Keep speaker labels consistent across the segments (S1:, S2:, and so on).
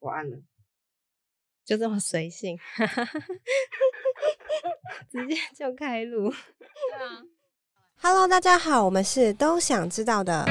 S1: 我按了，
S2: 就这么随性，直接就开录。Hello，大家好，我们是都想知道的。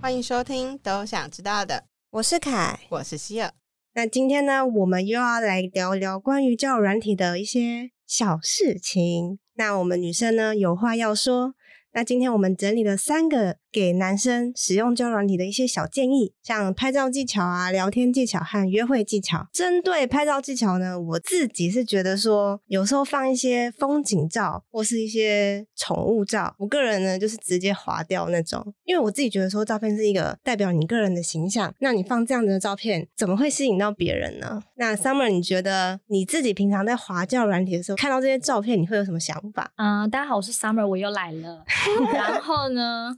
S1: 欢迎收听都想知道的，
S2: 我是凯。
S1: 我是希尔。
S2: 那今天呢，我们又要来聊聊关于交友软体的一些小事情。那我们女生呢，有话要说。那今天我们整理了三个给男生使用交友软体的一些小建议，像拍照技巧啊、聊天技巧和约会技巧。针对拍照技巧呢，我自己是觉得说，有时候放一些风景照或是一些宠物照，我个人呢就是直接划掉那种，因为我自己觉得说，照片是一个代表你个人的形象，那你放这样的照片，怎么会吸引到别人呢？那 Summer，你觉得你自己平常在划交友软体的时候，看到这些照片，你会有什么想法？
S3: 嗯、大家好，我是 Summer，我又来了。然后呢，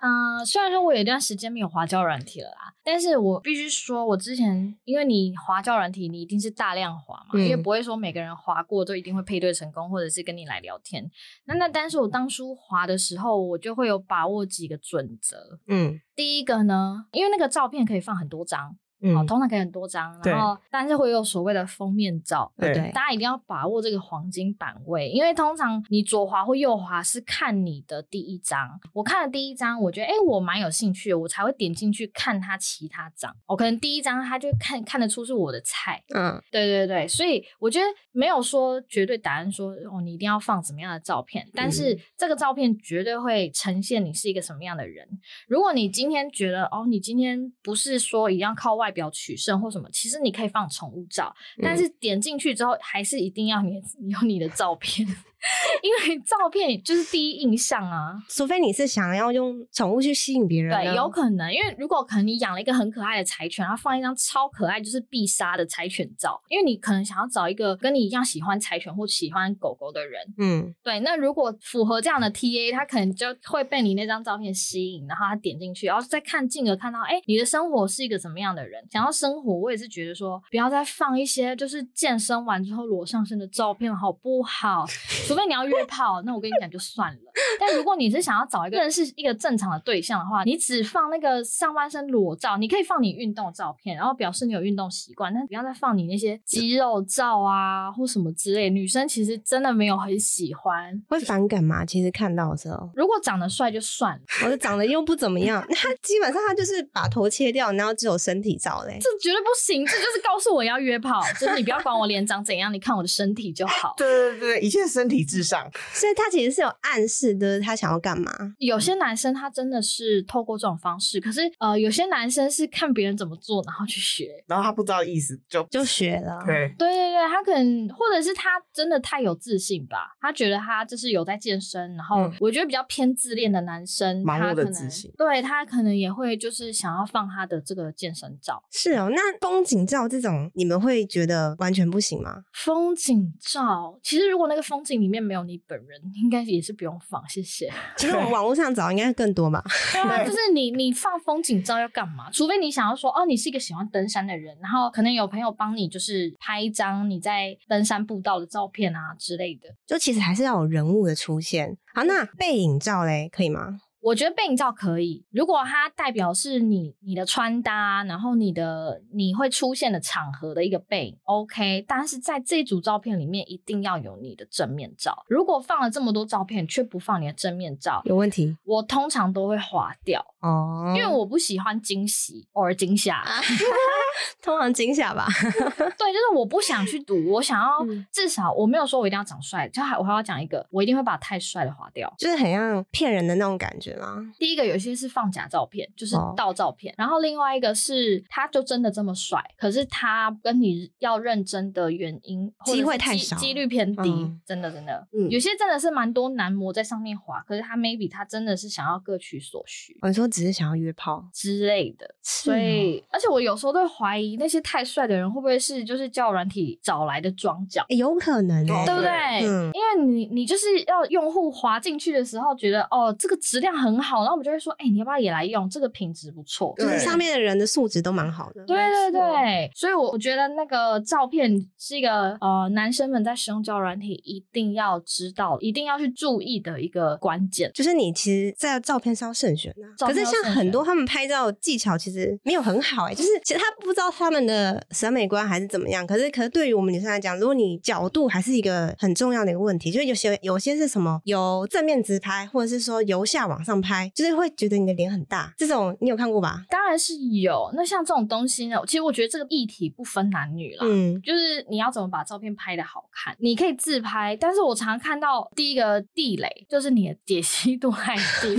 S3: 嗯、虽然说我有一段时间没有滑交友软体了啦，但是我必须说，我之前因为你滑交友软体，你一定是大量滑嘛，
S2: 嗯
S3: 因为不会说每个人滑过都一定会配对成功，或者是跟你来聊天。那那但是我当初滑的时候，我就会有把握几个准则。
S2: 嗯
S3: 第一个呢，因为那个照片可以放很多张，
S2: 嗯
S3: 哦，通常可以很多张，
S4: 对
S3: 然后但是会有所谓的封面照，
S4: 对
S2: 对
S3: 大家一定要把握这个黄金版位，因为通常你左滑或右滑是看你的第一张。我看了第一张，我觉得哎、诶我蛮有兴趣的，我才会点进去看他其他张。我、可能第一张他就看看得出是我的菜，
S2: 嗯
S3: 对对对，所以我觉得没有说绝对答案说哦，你一定要放怎么样的照片，但是这个照片绝对会呈现你是一个什么样的人。如果你今天觉得哦，你今天不是说一定要靠外表取胜或什么，其实你可以放宠物照，但是点进去之后还是一定要你 有你的照片， 因为照片就是第一印象啊。
S2: 除非你是想要用宠物去吸引别人啊呢，
S3: 对，有可能，因为如果可能你养了一个很可爱的柴犬，然后放一张超可爱就是必杀的柴犬照，因为你可能想要找一个跟你一样喜欢柴犬或喜欢狗狗的人。
S2: 嗯
S3: 对，那如果符合这样的 TA，他可能就会被你那张照片吸引，然后他点进去，然后再看进而看到，哎，你的生活是一个怎么样的人？想要生活，我也是觉得说，不要再放一些就是健身完之后裸上身的照片，好不好？除非你要约炮，那我跟你讲就算了。但如果你是想要找一个人是一个正常的对象的话，你只放那个上半身裸照，你可以放你运动照片，然后表示你有运动习惯，但不要再放你那些肌肉照啊或什么之类。女生其实真的没有很喜欢。
S2: 会反感吗？其实看到的时候，
S3: 如果长得帅就算了，
S2: 我就长得又不怎么 样，那他基本上他就是把头切掉，然后只有身体照嘞。
S3: 这绝对不行。这就是告诉我要约炮，就是你不要管我脸长怎样，你看我的身体就好。
S4: 对对对，一切身体至上。
S2: 所以他其实是有暗示的，他想要干嘛？
S3: 有些男生他真的是透过这种方式，可是呃，有些男生是看别人怎么做，然后去学。
S4: 然后他不知道意思，就
S2: 就学了。
S4: 对
S3: 对对对，他可能或者是他真的太有自信吧，他觉得他就是有在健身，然后
S4: 嗯
S3: 我觉得比较偏自恋的男生，
S4: 盲目
S3: 他可
S4: 的
S3: 能
S4: 自信
S3: 对他可能也会就是想要放他的这个健身照、
S2: 是哦，那风景照这种你们会觉得完全不行 吗？
S3: 风景照。其实如果那个风景里面没有你本人，应该也是不用放，谢 谢。
S2: 其实我们
S4: 对
S2: 网络上找应该更多吧。
S3: 对啊，就是你你放风景照要干嘛？除非你想要说哦，你是一个喜欢登山的人，然后可能有朋友帮你就是拍一张你在登山步道的照片啊之类的。
S2: 就其实还是要有人物的出现。好，那背影照嘞，可以吗？
S3: 我觉得背影照可以，如果它代表是你你的穿搭，然后你的你会出现的场合的一个背影，OK。但是在这组照片里面，一定要有你的正面照。如果放了这么多照片，却不放你的正面照，
S2: 有问题
S3: 我通常都会划掉，
S2: 哦，啊
S3: 因为我不喜欢惊喜偶尔惊吓。
S2: 通常惊吓吧。
S3: 对，就是我不想去赌，我想要
S2: 嗯
S3: 至少我没有说我一定要长帅，就还我还要讲一个，我一定会把太帅的划掉。
S2: 就是很像骗人的那种感觉嘛。
S3: 第一个有些是放假照片，就是
S2: 哦
S3: 盗照片，然后另外一个是他就真的这么帅，可是他跟你要认真的原因，或者是
S2: 机会太
S3: 机
S2: 少
S3: 几率偏低，
S2: 嗯
S3: 真的真的，
S2: 嗯
S3: 有些真的是蛮多男模在上面滑，可是他 maybe 他真的是想要各取所需
S2: 哦我说只是想要约炮，
S3: 之类的，
S2: 所
S3: 所以而且我有时候都会怀怀疑那些太帅的人会不会是就是交友软体找来的庄脚，
S2: 诶有可能
S4: 哦对
S2: 欸
S3: 对不对？
S2: 嗯
S3: 因为你你就是要用户滑进去的时候觉得哦这个质量很好，然后我们就会说哎、你要不要也来用？这个品质不错。
S4: 对
S2: 就是上面的人的素质都蛮好的。
S3: 对对
S4: 没错
S3: 对，所以我我觉得那个照片是一个呃男生们在使用交友软体一定要知道、一定要去注意的一个关键。
S2: 就是你其实，在照片上慎选啊，
S3: 照
S2: 可是
S3: 片要
S2: 像
S3: 慎
S2: 很
S3: 选
S2: 多他们拍照技巧其实没有很好哎、就是其实他不知道他们的审美观还是怎么样。可是，可是对于我们女生来讲，如果你角度还是一个很重要的一个问题，就是有些有些是什么由正面直拍，或者是说由下往上拍，就是会觉得你的脸很大，这种你有看过吧？
S3: 当然是有，那像这种东西呢，其实我觉得这个议题不分男女啦。
S2: 嗯，
S3: 就是你要怎么把照片拍的好看，你可以自拍，但是我常看到第一个地雷就是你的解析度太低，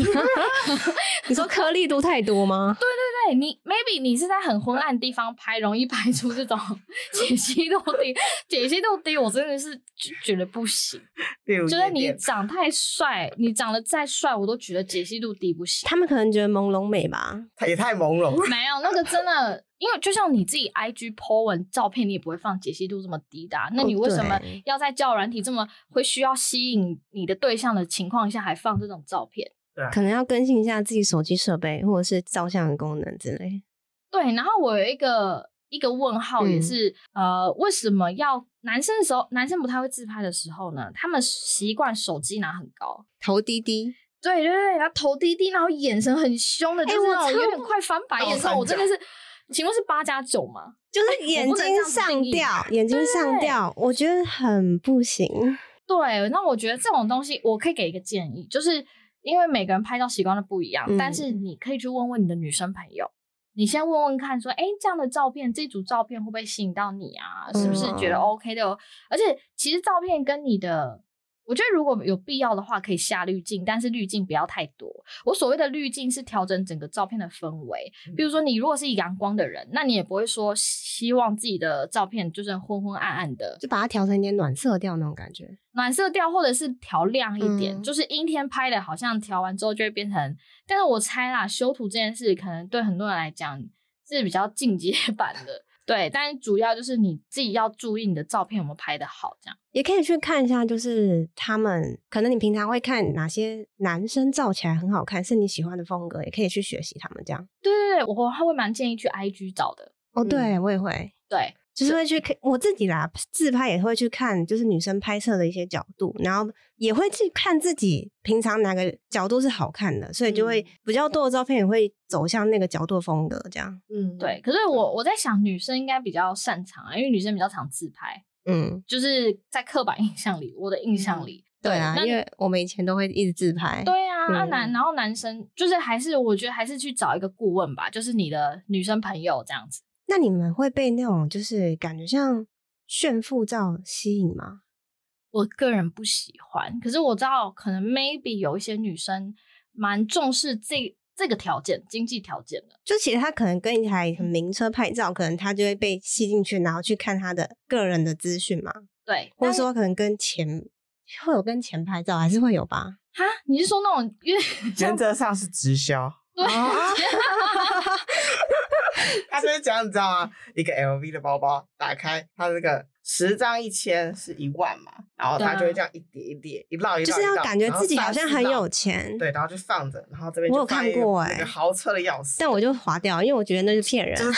S2: 你说颗粒度太多吗？
S3: 对你，maybe 你是在很昏暗的地方拍，容易拍出这种 解析度低。解析度低，我真的是觉觉得不行。
S4: 例如
S3: 就是
S4: 夜
S3: 你
S4: 店
S3: 长太帅，你长得再帅，我都觉得解析度低不行。
S2: 他们可能觉得朦胧美吧，
S4: 他也太朦胧了，
S3: 没有那个真的，因为就像你自己 IG po 文照片，你也不会放解析度这么低的啊、那
S2: 哦
S3: 你为什么
S2: 对
S3: 要在交友软体这么会需要吸引你的对象的情况下，还放这种照片？
S2: 可能要更新一下自己手机设备或者是照相的功能之类。
S3: 对，然后我有一个一个问号，也
S2: 嗯
S3: 是、呃，为什么要男生的时候，男生不太会自拍的时候呢？他们习惯手机拿很高，
S2: 头低低，
S3: 对对对，然后头低低，然后眼神很凶的，
S2: 哎
S3: 就是
S2: 我
S3: 那种有
S2: 超
S3: 点快翻白眼的时候，
S4: 倒
S3: 我真的
S4: 三
S3: 是，请问是八加九吗？
S2: 就是眼
S3: 我不能这
S2: 睛
S3: 样子
S2: 上
S3: 定义
S2: 吊，眼睛上吊，我觉得很不行。
S3: 对，那我觉得这种东西，我可以给一个建议，就是因为每个人拍照习惯都不一样，但是你可以去问问你的女生朋友。你先问问看，说，哎，这样的照片，这组照片会不会吸引到你啊？是不是觉得
S2: 嗯
S3: OK 的哦？而且，其实照片跟你的，我觉得如果有必要的话，可以下滤镜，但是滤镜不要太多。我所谓的滤镜是调整整个照片的氛围。比如说，你如果是阳光的人，那你也不会说希望自己的照片就是昏昏暗暗的，
S2: 就把它调成一点暖色调那种感觉。
S3: 暖色调，或者是调亮一点，
S2: 嗯
S3: 就是阴天拍的，好像调完之后就会变成。但是我猜啦，修图这件事可能对很多人来讲是比较进阶 版的，对。但是主要就是你自己要注意你的照片有没有拍的好，这样。
S2: 也可以去看一下，就是他们可能你平常会看哪些男生照起来很好看，是你喜欢的风格，也可以去学习他们这样。
S3: 对对对，我我还会蛮建议去 IG 找的，
S2: 哦，对、我也会，
S3: 对
S2: 就是会去看我自己啦，自拍也会去看，就是女生拍摄的一些角度，然后也会去看自己平常哪个角度是好看的，所以就会
S1: 嗯
S2: 比较多的照片也会走向那个角度的风格这样。
S1: 嗯，
S3: 对。，可是我我在想，女生应该比较擅长啊，因为女生比较常自拍，
S2: 嗯，
S3: 就是在刻板印象里，我的印象
S1: 嗯
S3: 里。
S2: 对啊，
S3: 那
S2: 因为我们以前都会一直自拍。
S3: 对啊，那、
S2: 嗯
S3: 男然后男生就是还是我觉得还是去找一个顾问吧，就是你的女生朋友这样子。
S2: 那你们会被那种就是感觉像炫富照吸引吗？
S3: 我个人不喜欢，可是我知道可能 maybe 有一些女生蛮重视这这个条件经济条件的。
S2: 就其实他可能跟一台很名车拍照，可能他就会被吸进去，然后去看他的个人的资讯嘛，
S3: 对，
S2: 或者
S3: 但是
S2: 说可能跟钱会有跟钱拍照，还是会有吧？
S3: 哈，你是说那种因为像
S4: 原则上是直销。
S3: 对、
S4: 他就是讲，你知道吗？一个 LV 的包包打开，它那个十张一千是一万嘛，然后它就会这样一叠一叠，一摞一摞，
S2: 就是要
S4: 一摞
S2: 感觉自己好像很。
S4: 然后
S2: 有
S4: 散
S2: 钱
S4: 四摞，对，然后就放着，然后这边就
S2: 我有看过
S4: 放一个
S2: 欸
S4: 那个豪车的钥匙，
S2: 但我就划掉，因为我觉得那是骗人。
S4: 嗯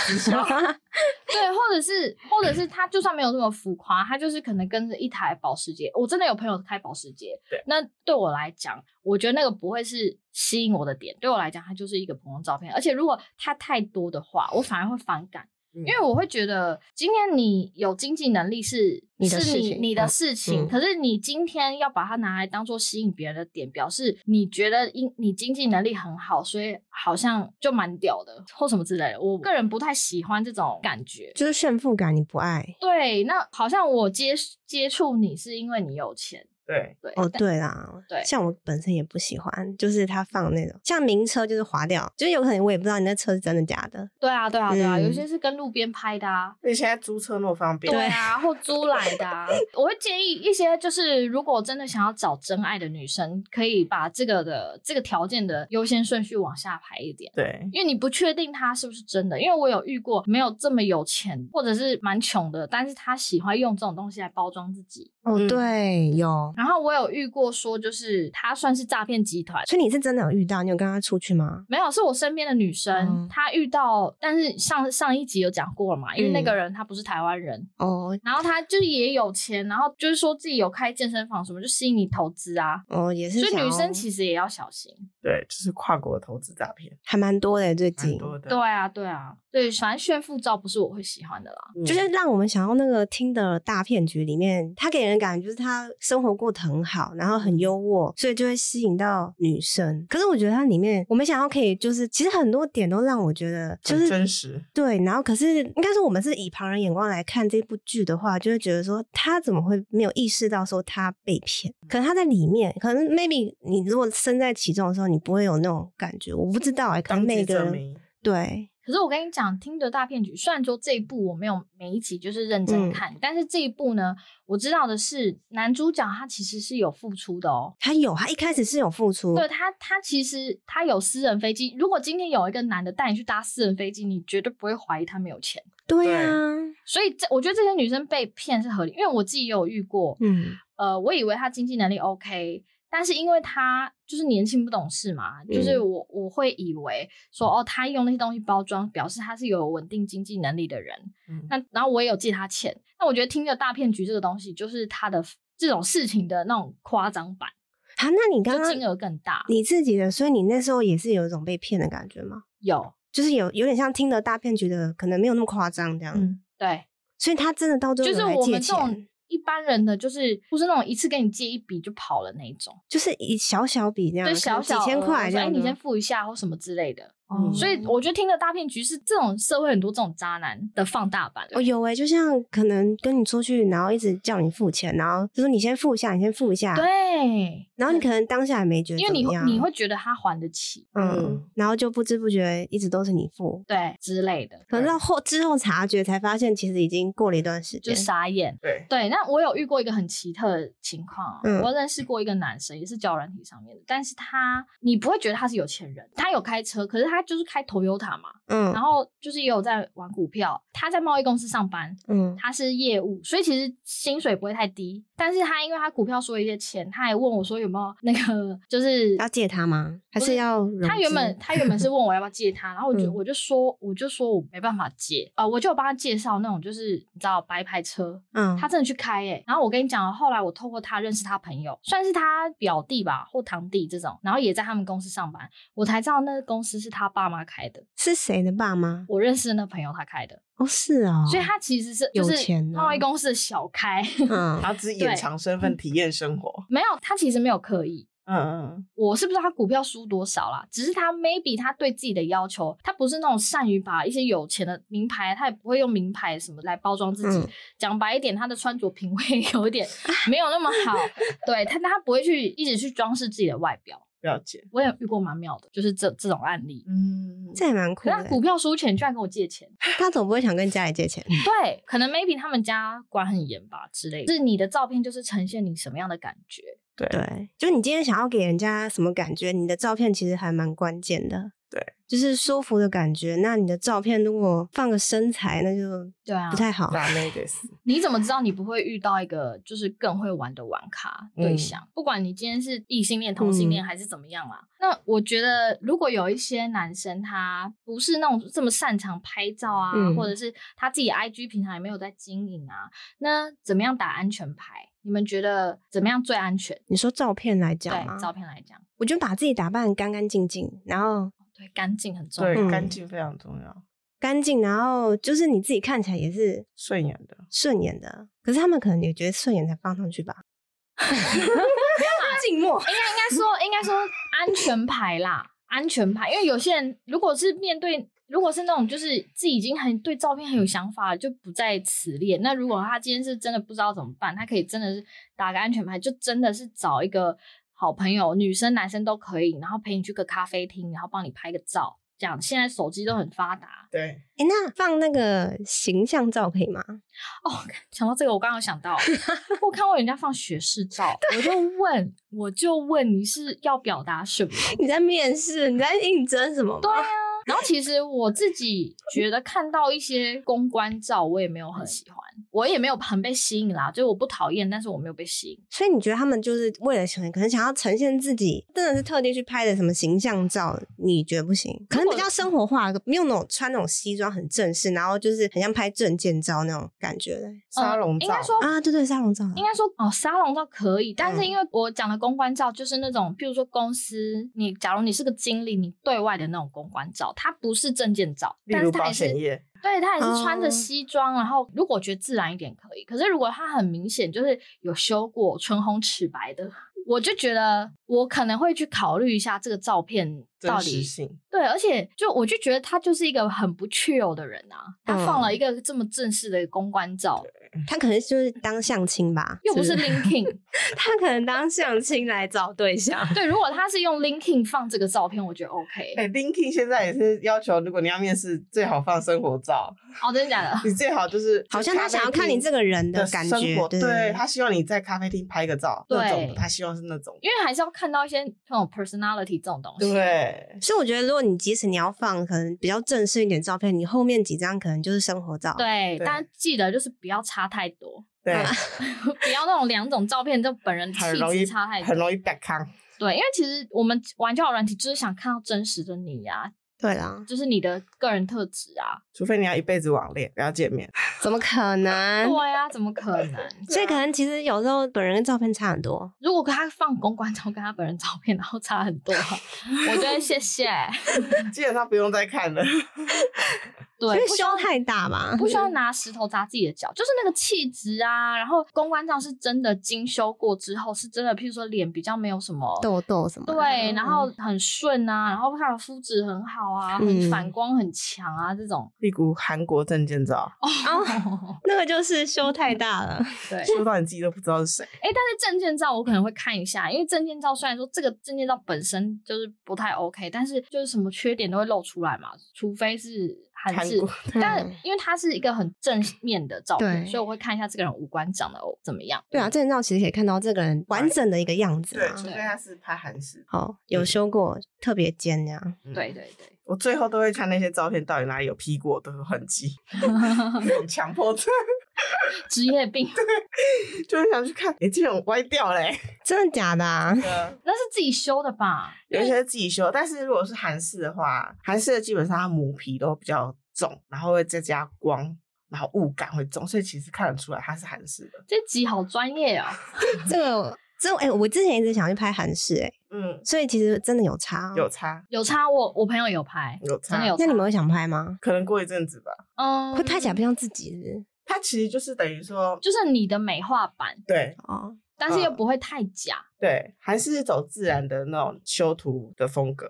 S3: 对，或者是或者是他就算没有这么浮夸，他就是可能跟着一台保时捷。我真的有朋友开保时捷，
S4: 对
S3: 那对我来讲，我觉得那个不会是吸引我的点。对我来讲，它就是一个普通照片，而且如果它太多的话，我反而会反感。
S4: 因
S3: 因为我会觉得，今天你有经济能力是
S2: 你的
S3: 是
S2: 事
S3: 你
S2: 情
S3: 你的
S2: 嗯
S3: 事情，
S2: 嗯
S3: 可是你今天要把它拿来当做吸引别人的点，表示你觉得因你经济能力很好，所以好像就蛮屌的或什么之类的。我个人不太喜欢这种感觉。
S2: 就是炫富感，你不爱
S3: 对，那好像我接接触你是因为你有钱，
S4: 对，
S3: 对，
S2: 哦，
S3: 但
S2: 对啦，
S3: 对
S2: 像我本身也不喜欢，就是他放那种像名车，就是划掉，就是有可能我也不知道你那车是真的假的。
S3: 对啊，对啊，对啊，
S2: 嗯
S3: 有些是跟路边拍的啊，
S4: 而且现在租车那么方便，
S3: 对啊，或租来的、啊。 我会建议一些，就是如果真的想要找真爱的女生，可以把这个的这个条件的优先顺序往下排一点。
S4: 对，
S3: 因为你不确定他是不是真的，因为我有遇过没有这么有钱，或者是蛮穷的，但是他喜欢用这种东西来包装自己。
S2: 哦，
S4: 嗯
S2: 对，有。
S3: 然后我有遇过说，就是他算是诈骗集团，
S2: 所以你是真的有遇到，你有跟他出去吗？
S3: 没有，是我身边的女生，
S2: 嗯
S3: 她遇到，但是上上一集有讲过了嘛，因为那
S2: 嗯
S3: 个人他不是台湾人，
S2: 哦
S3: 然后她就是也有钱，然后就是说自己有开健身房什么，就吸引你投资啊。
S2: 哦，也是
S3: 所
S2: 想要，
S3: 以女生其实也要小心。
S4: 对，就是跨国投资诈骗，
S2: 还蛮多的，最
S4: 蛮
S2: 近
S4: 多的，
S3: 对啊，对啊，对，反正炫富照不是我会喜欢的啦。
S4: 嗯
S2: 就是让我们想到那个听的大骗局里面，他给人感觉就是他生活过得很好，然后很
S4: 嗯
S2: 优渥，所以就会吸引到女生。可是我觉得它里面，我们想要可以就是，其实很多点都让我觉得就
S4: 很
S2: 是
S4: 真实，
S2: 对，然后可是应该说我们是以旁人眼光来看这部剧的话，就会觉得说他怎么会没有意识到说他被骗？
S4: 嗯
S2: 可能他在里面，可能 maybe 你如果身在其中的时候，你不会有那种感觉。我不知道哎、可
S4: 当
S2: 能每
S4: 机
S2: 个
S4: 者
S2: 人
S4: 迷，
S2: 对，
S3: 可是我跟你讲，《听的大骗局》虽然说这一部我没有每一集就是认
S2: 嗯
S3: 真看，但是这一部呢，我知道的是男主角他其实是有付出的哦。
S2: 他有，他一开始是有付出，
S3: 对他，他其实他有私人飞机。如果今天有一个男的带你去搭私人飞机，你绝对不会怀疑他没有钱。
S2: 对啊
S4: 对
S2: 呀、
S3: 所以这我觉得这些女生被骗是合理，因为我自己也有遇过，
S2: 嗯，
S3: 呃，我以为他经济能力 OK，但是因为他就是年轻不懂事嘛，就是
S2: 嗯
S3: 我我会以为说哦，他用那些东西包装，表示他是有稳定经济能力的人。
S4: 嗯
S3: 那然后我也有借他钱，那我觉得听着大骗局这个东西，就是他的这种事情的那种夸张版，
S2: 好、啊那你刚
S3: 就
S2: 刚
S3: 金额更大。
S2: 你自己的，所以你那时候也是有一种被骗的感觉吗？
S3: 有，
S2: 就是有有点像听的大骗局的，可能没有那么夸张这样。
S3: 嗯，对，
S2: 所以他真的到最后
S3: 就是
S2: 有来
S3: 我
S2: 借
S3: 们这
S2: 钱
S3: 种。一般人的，就是不是那种一次跟你借一笔就跑了那一种，
S2: 就是以小小笔这样，
S3: 就
S2: 可
S3: 小
S2: 能
S3: 小
S2: 几千
S3: 额
S2: 块这
S3: 说
S2: 样
S3: 哎，
S2: 的。
S3: 你先付一下或什么之类的。
S2: 哦
S3: 所以我觉得听的大骗局是这种社会很多这种渣男的放大版。
S2: 哦，有诶、就像可能跟你出去，然后一直叫你付钱，然后就说你先付一下，你先付一下，，
S3: 对，
S2: 然后你可能当下也没觉得
S3: 因为
S2: 怎
S3: 你
S2: 么
S3: 会
S2: 样，
S3: 你会觉得他还得起，
S2: 嗯
S4: 嗯，
S2: 然后就不知不觉一直都是你付，
S3: 对之类的，
S2: 可能到后之后察觉才发现，其实已经过了一段时
S3: 就
S2: 间，
S3: 傻眼。
S4: 对，
S3: 对，那我有遇过一个很奇特的情况啊、
S2: 嗯
S3: 我认识过一个男生，也是交友软体上面的，但是他你不会觉得他是有钱人，他有开车，可是他就是开 Toyota 嘛，
S2: 嗯
S3: 然后就是也有在玩股票，他在贸易公司上班，
S2: 嗯，
S3: 他是业务，所以其实薪水不会太低。但是他因为他股票输了一些钱，他还问我说有没有那个就是
S2: 要借他吗？还
S3: 不
S2: 是要融
S3: 他原本
S2: 资
S3: 他原本是问我要不要借他，然后我就、
S2: 嗯
S3: 我就说我就说我没办法借啊、呃我就有帮他介绍那种就是你知道白牌车，
S2: 嗯，
S3: 他真的去开耶、然后我跟你讲，哦后来我透过他认识他朋友，算是他表弟吧或堂弟这种，然后也在他们公司上班，我才知道那个公司是他爸妈开的，
S2: 是谁的爸妈？
S3: 我认识的那朋友他开的，
S2: 哦，是哦，
S3: 所以他其实是
S2: 有
S3: 就是
S2: 钱哦
S3: 贸易公司的小开，
S2: 嗯，
S4: 他只是掩
S3: 对
S4: 藏身份，体验生活，
S3: 没有他其实没有刻意，
S4: 嗯嗯
S3: 我是不知道他股票输多少啦，只是他 maybe 他对自己的要求，他不是那种善于把一些有钱的名牌，他也不会用名牌什么来包装自己。
S2: 嗯
S3: 讲白一点，他的穿着品味 有一点没有那么 好，对他他不会去一直去装饰自己的外表。
S4: 嗯，了解，
S3: 我也遇过蛮妙的，就是这这种案例。
S4: 嗯，
S2: 这也蛮酷欸
S3: 可是他
S2: 的。
S3: 股票输钱，居然跟我借钱，
S2: 他总不会想跟家里借钱，
S3: 对，可能 maybe 他们家管很严吧之类的。就是你的照片就是呈现你什么样的感觉，
S4: 对
S2: 对，就你今天想要给人家什么感觉，你的照片其实还蛮关键的。
S4: 对，
S2: 就是舒服的感觉。那你的照片如果放个身材，那就
S3: 对啊
S2: 不太好。
S4: 大内得死，
S3: 你怎么知道你不会遇到一个就是更会玩的玩咖对象？不管你今天是异性恋、同性恋
S2: 嗯
S3: 还是怎么样啦、那我觉得，如果有一些男生他不是那种这么擅长拍照啊，
S2: 嗯
S3: 或者是他自己 IG 平常也没有在经营啊，那怎么样打安全牌？你们觉得怎么样最安全？
S2: 你说照片来讲吗
S3: 对，？照片来讲，
S2: 我觉得把自己打扮干干净净，然后
S3: 对，干净很重要。
S4: 对，
S2: 嗯
S4: 干净非常重要，
S2: 干净，然后就是你自己看起来也是
S4: 顺眼的，
S2: 顺眼的。可是他们可能也觉得顺眼才放上 去吧。静默。
S3: 应该应该说应该说安全牌啦，安全牌，因为有些人如果是面对。如果是那种就是自己已经很对照片很有想法了，就不在此列。那如果他今天是真的不知道怎么办，他可以真的是打个安全牌，就真的是找一个好朋友，女生男生都可以，然后陪你去个咖啡厅，然后帮你拍个照。这样现在手机都很发达
S4: 对，
S2: 哎、那放那个形象照可以吗？
S3: 哦。想到这个，我刚刚有想到，我看过人家放学士照，我就问，我就问你是要表达什么？
S2: 你在面试，你在应征什么吗？
S3: 对啊。然后其实我自己觉得看到一些公关照，我也没
S4: 嗯
S3: 有很喜欢，我也没有很被吸引啦。就是我不讨厌，但是我没有被吸引。
S2: 所以你觉得他们就是为了想，可能想要呈现自己，真的是特地去拍的什么形象照？你觉得不行？可能比较生活化，没有那种穿那种西装很正式，然后就是很像拍证件照那种感觉的
S4: 沙龙
S3: 应
S4: 照
S3: 该，说，
S2: 啊，对对，沙龙照啊，
S3: 应该说哦，沙龙照可以，但是
S4: 嗯
S3: 因为我讲的公关照就是那种，譬如说公司，你假如你是个经理，你对外的那种公关照，它不是证件照，
S4: 例
S3: 但是
S4: 如
S3: 它
S4: 保
S3: 也是
S4: 险业，
S3: 对他也是穿
S4: 嗯
S3: 着
S2: 哦
S3: 西装，然后如果觉得自然一点可以，可是如果他很明显就是有修过唇红齿白的，我就觉得我可能会去考虑一下这个照片到
S4: 真实
S3: 底
S4: 性，
S3: 对，而且就我就觉得他就是一个很不 chill 的人啊，他放
S2: 嗯
S3: 了一个这么正式的公关照，
S2: 他可能就是当相亲吧，
S3: 又不是 LinkedIn，
S2: 他可能当相亲来找对象。
S3: 对，如果他是用 LinkedIn 放这个照片，我觉得 OK。
S4: 哎、l i n k i n 现在也是要求，如果你要面试，最好放生活照，
S3: 哦，真的假的？
S4: 你最好就是
S2: 好像他想要看你这
S4: 个
S2: 个人的感
S4: 生
S2: 觉
S4: 活，，
S2: 对
S4: 对他希望你在咖啡厅拍个照，那种
S3: 对
S4: 的他希望是那种，
S3: 因为还是要看到一些那种 personality 这种东西。
S4: 对，
S2: 所以我觉得，如果你即使你要放可能比较正式一点照片，你后面几张可能就是生活照。，
S3: 对，
S4: 对
S3: 但记得就是不要差太多，
S4: 对，
S3: 不要那种两种照片就本人气
S4: 很容易
S3: 质差太
S4: 很
S3: 多。
S4: 容易被康。
S3: 对，因为其实我们玩交友软体就是想看到真实的你啊，
S2: 对啦，
S3: 就是你的个人特质啊。
S4: 除非你要一辈子网恋，不要见面。
S2: 怎么可
S4: 嗯
S2: 能？
S3: 对啊，怎么可能？
S2: 所以可能其实有时候本人跟照片差很多。
S3: 如果他放公关照跟他本人照片，然后差很多，啊我觉得谢谢。
S4: 基本上不用再看了。
S2: 因
S3: 对，
S2: 为
S3: 不需
S2: 胸
S3: 要
S2: 太大吧？
S3: 不需要拿石头砸自己的脚，就是那个气质啊。然后公关照是真的精修过之后，是真的，譬如说脸比较没有什么
S2: 痘痘什么的？
S3: 对，然后
S2: 嗯
S3: 很顺啊，然后他的肤质很好啊，很
S2: 嗯
S3: 反光很强啊，这种
S4: 例如韩国证件照，
S3: 哦，
S2: 嗯那个就是胸太大 了。
S3: 对，哎，
S4: 说到你自己都不知道是谁。
S3: 但是证件照我可能会看一下，因为证件照虽然说这个证件照本身就是不太 OK，但是就是什么缺点都会露出来嘛，除非是韩
S4: 韩
S3: 式
S4: 国，
S3: 但
S2: 嗯
S3: 因为它是一个很正面的照片，
S2: 对
S3: 所以我会看一下这个人五官长得怎么样。
S2: 对啊，证照其实可以看到这个人完整的一个样子
S4: 对，嗯
S2: 啊
S4: 除。非他是拍韩式。
S2: 哦，有修过特别尖这样。
S4: 嗯
S3: 对，对对，
S4: 我最后都会看那些照片，到底哪里有 P 过都有痕迹，那种强迫症，
S3: 职业病，
S4: 就会想去看，诶，这种歪掉嘞、
S2: 真的假的啊？
S3: 那是自己修的吧？
S4: 有一些是自己修，但是如果是韩式的话，韩式的基本上它磨皮都比较重，然后会再加光，然后雾感会重，所以其实看得出来它是韩式的。
S3: 这集好专业哦。
S2: 这个这哎、我之前一直想去拍韩式哎、
S4: 嗯，
S2: 所以其实真的有差、哦。
S4: 有差，
S3: 有差，我我朋友有拍，
S4: 有
S3: 真
S4: 差
S3: 的有，差。
S2: 那你们会想拍吗？
S4: 可能过一阵子吧。
S3: 嗯
S2: 会拍起来不像自己是不是
S4: 它其实就是等于说，
S3: 就是你的美化版，
S4: 对
S2: 哦，
S3: 但是又
S4: 嗯
S3: 不会太假。
S4: 对，还是走自然的那种修图的风格。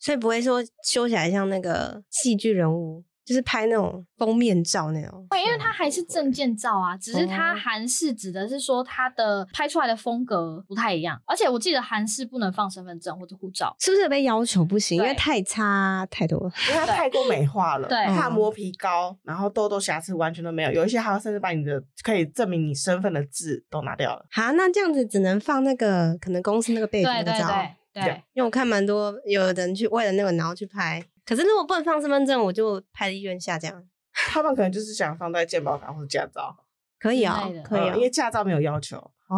S2: 所以不会说修起来像那个戏剧人物，就是拍那种封面照那种。
S3: 对，因为它还是证件照啊，只是它韩式指的是说它的拍出来的风格不太一样，而且我记得韩式不能放身份证或者护照，
S2: 是不是有被要求不行？因
S3: 对
S2: 为太差太多 了。
S4: 因为它太过美化了，
S3: 对
S4: 怕磨皮膏，然后痘痘瑕疵完全都没有，有一些还要甚至把你的可以证明你身份的字都拿掉了。
S2: 好，那这样子只能放那个可能公司那个背
S3: 对
S2: 景那
S3: 对
S2: 个照
S3: 对，对
S4: 对。
S2: 因为我看蛮多有人去为了那个然后去拍，可是如果不能放身份证，我就拍的意愿下降。
S4: 他们可能就是想放在健保卡或者驾照，
S2: 可以啊、
S3: 之类的
S2: 可以
S4: 嗯
S2: 啊、
S4: 因为驾照没有要求，
S2: 哦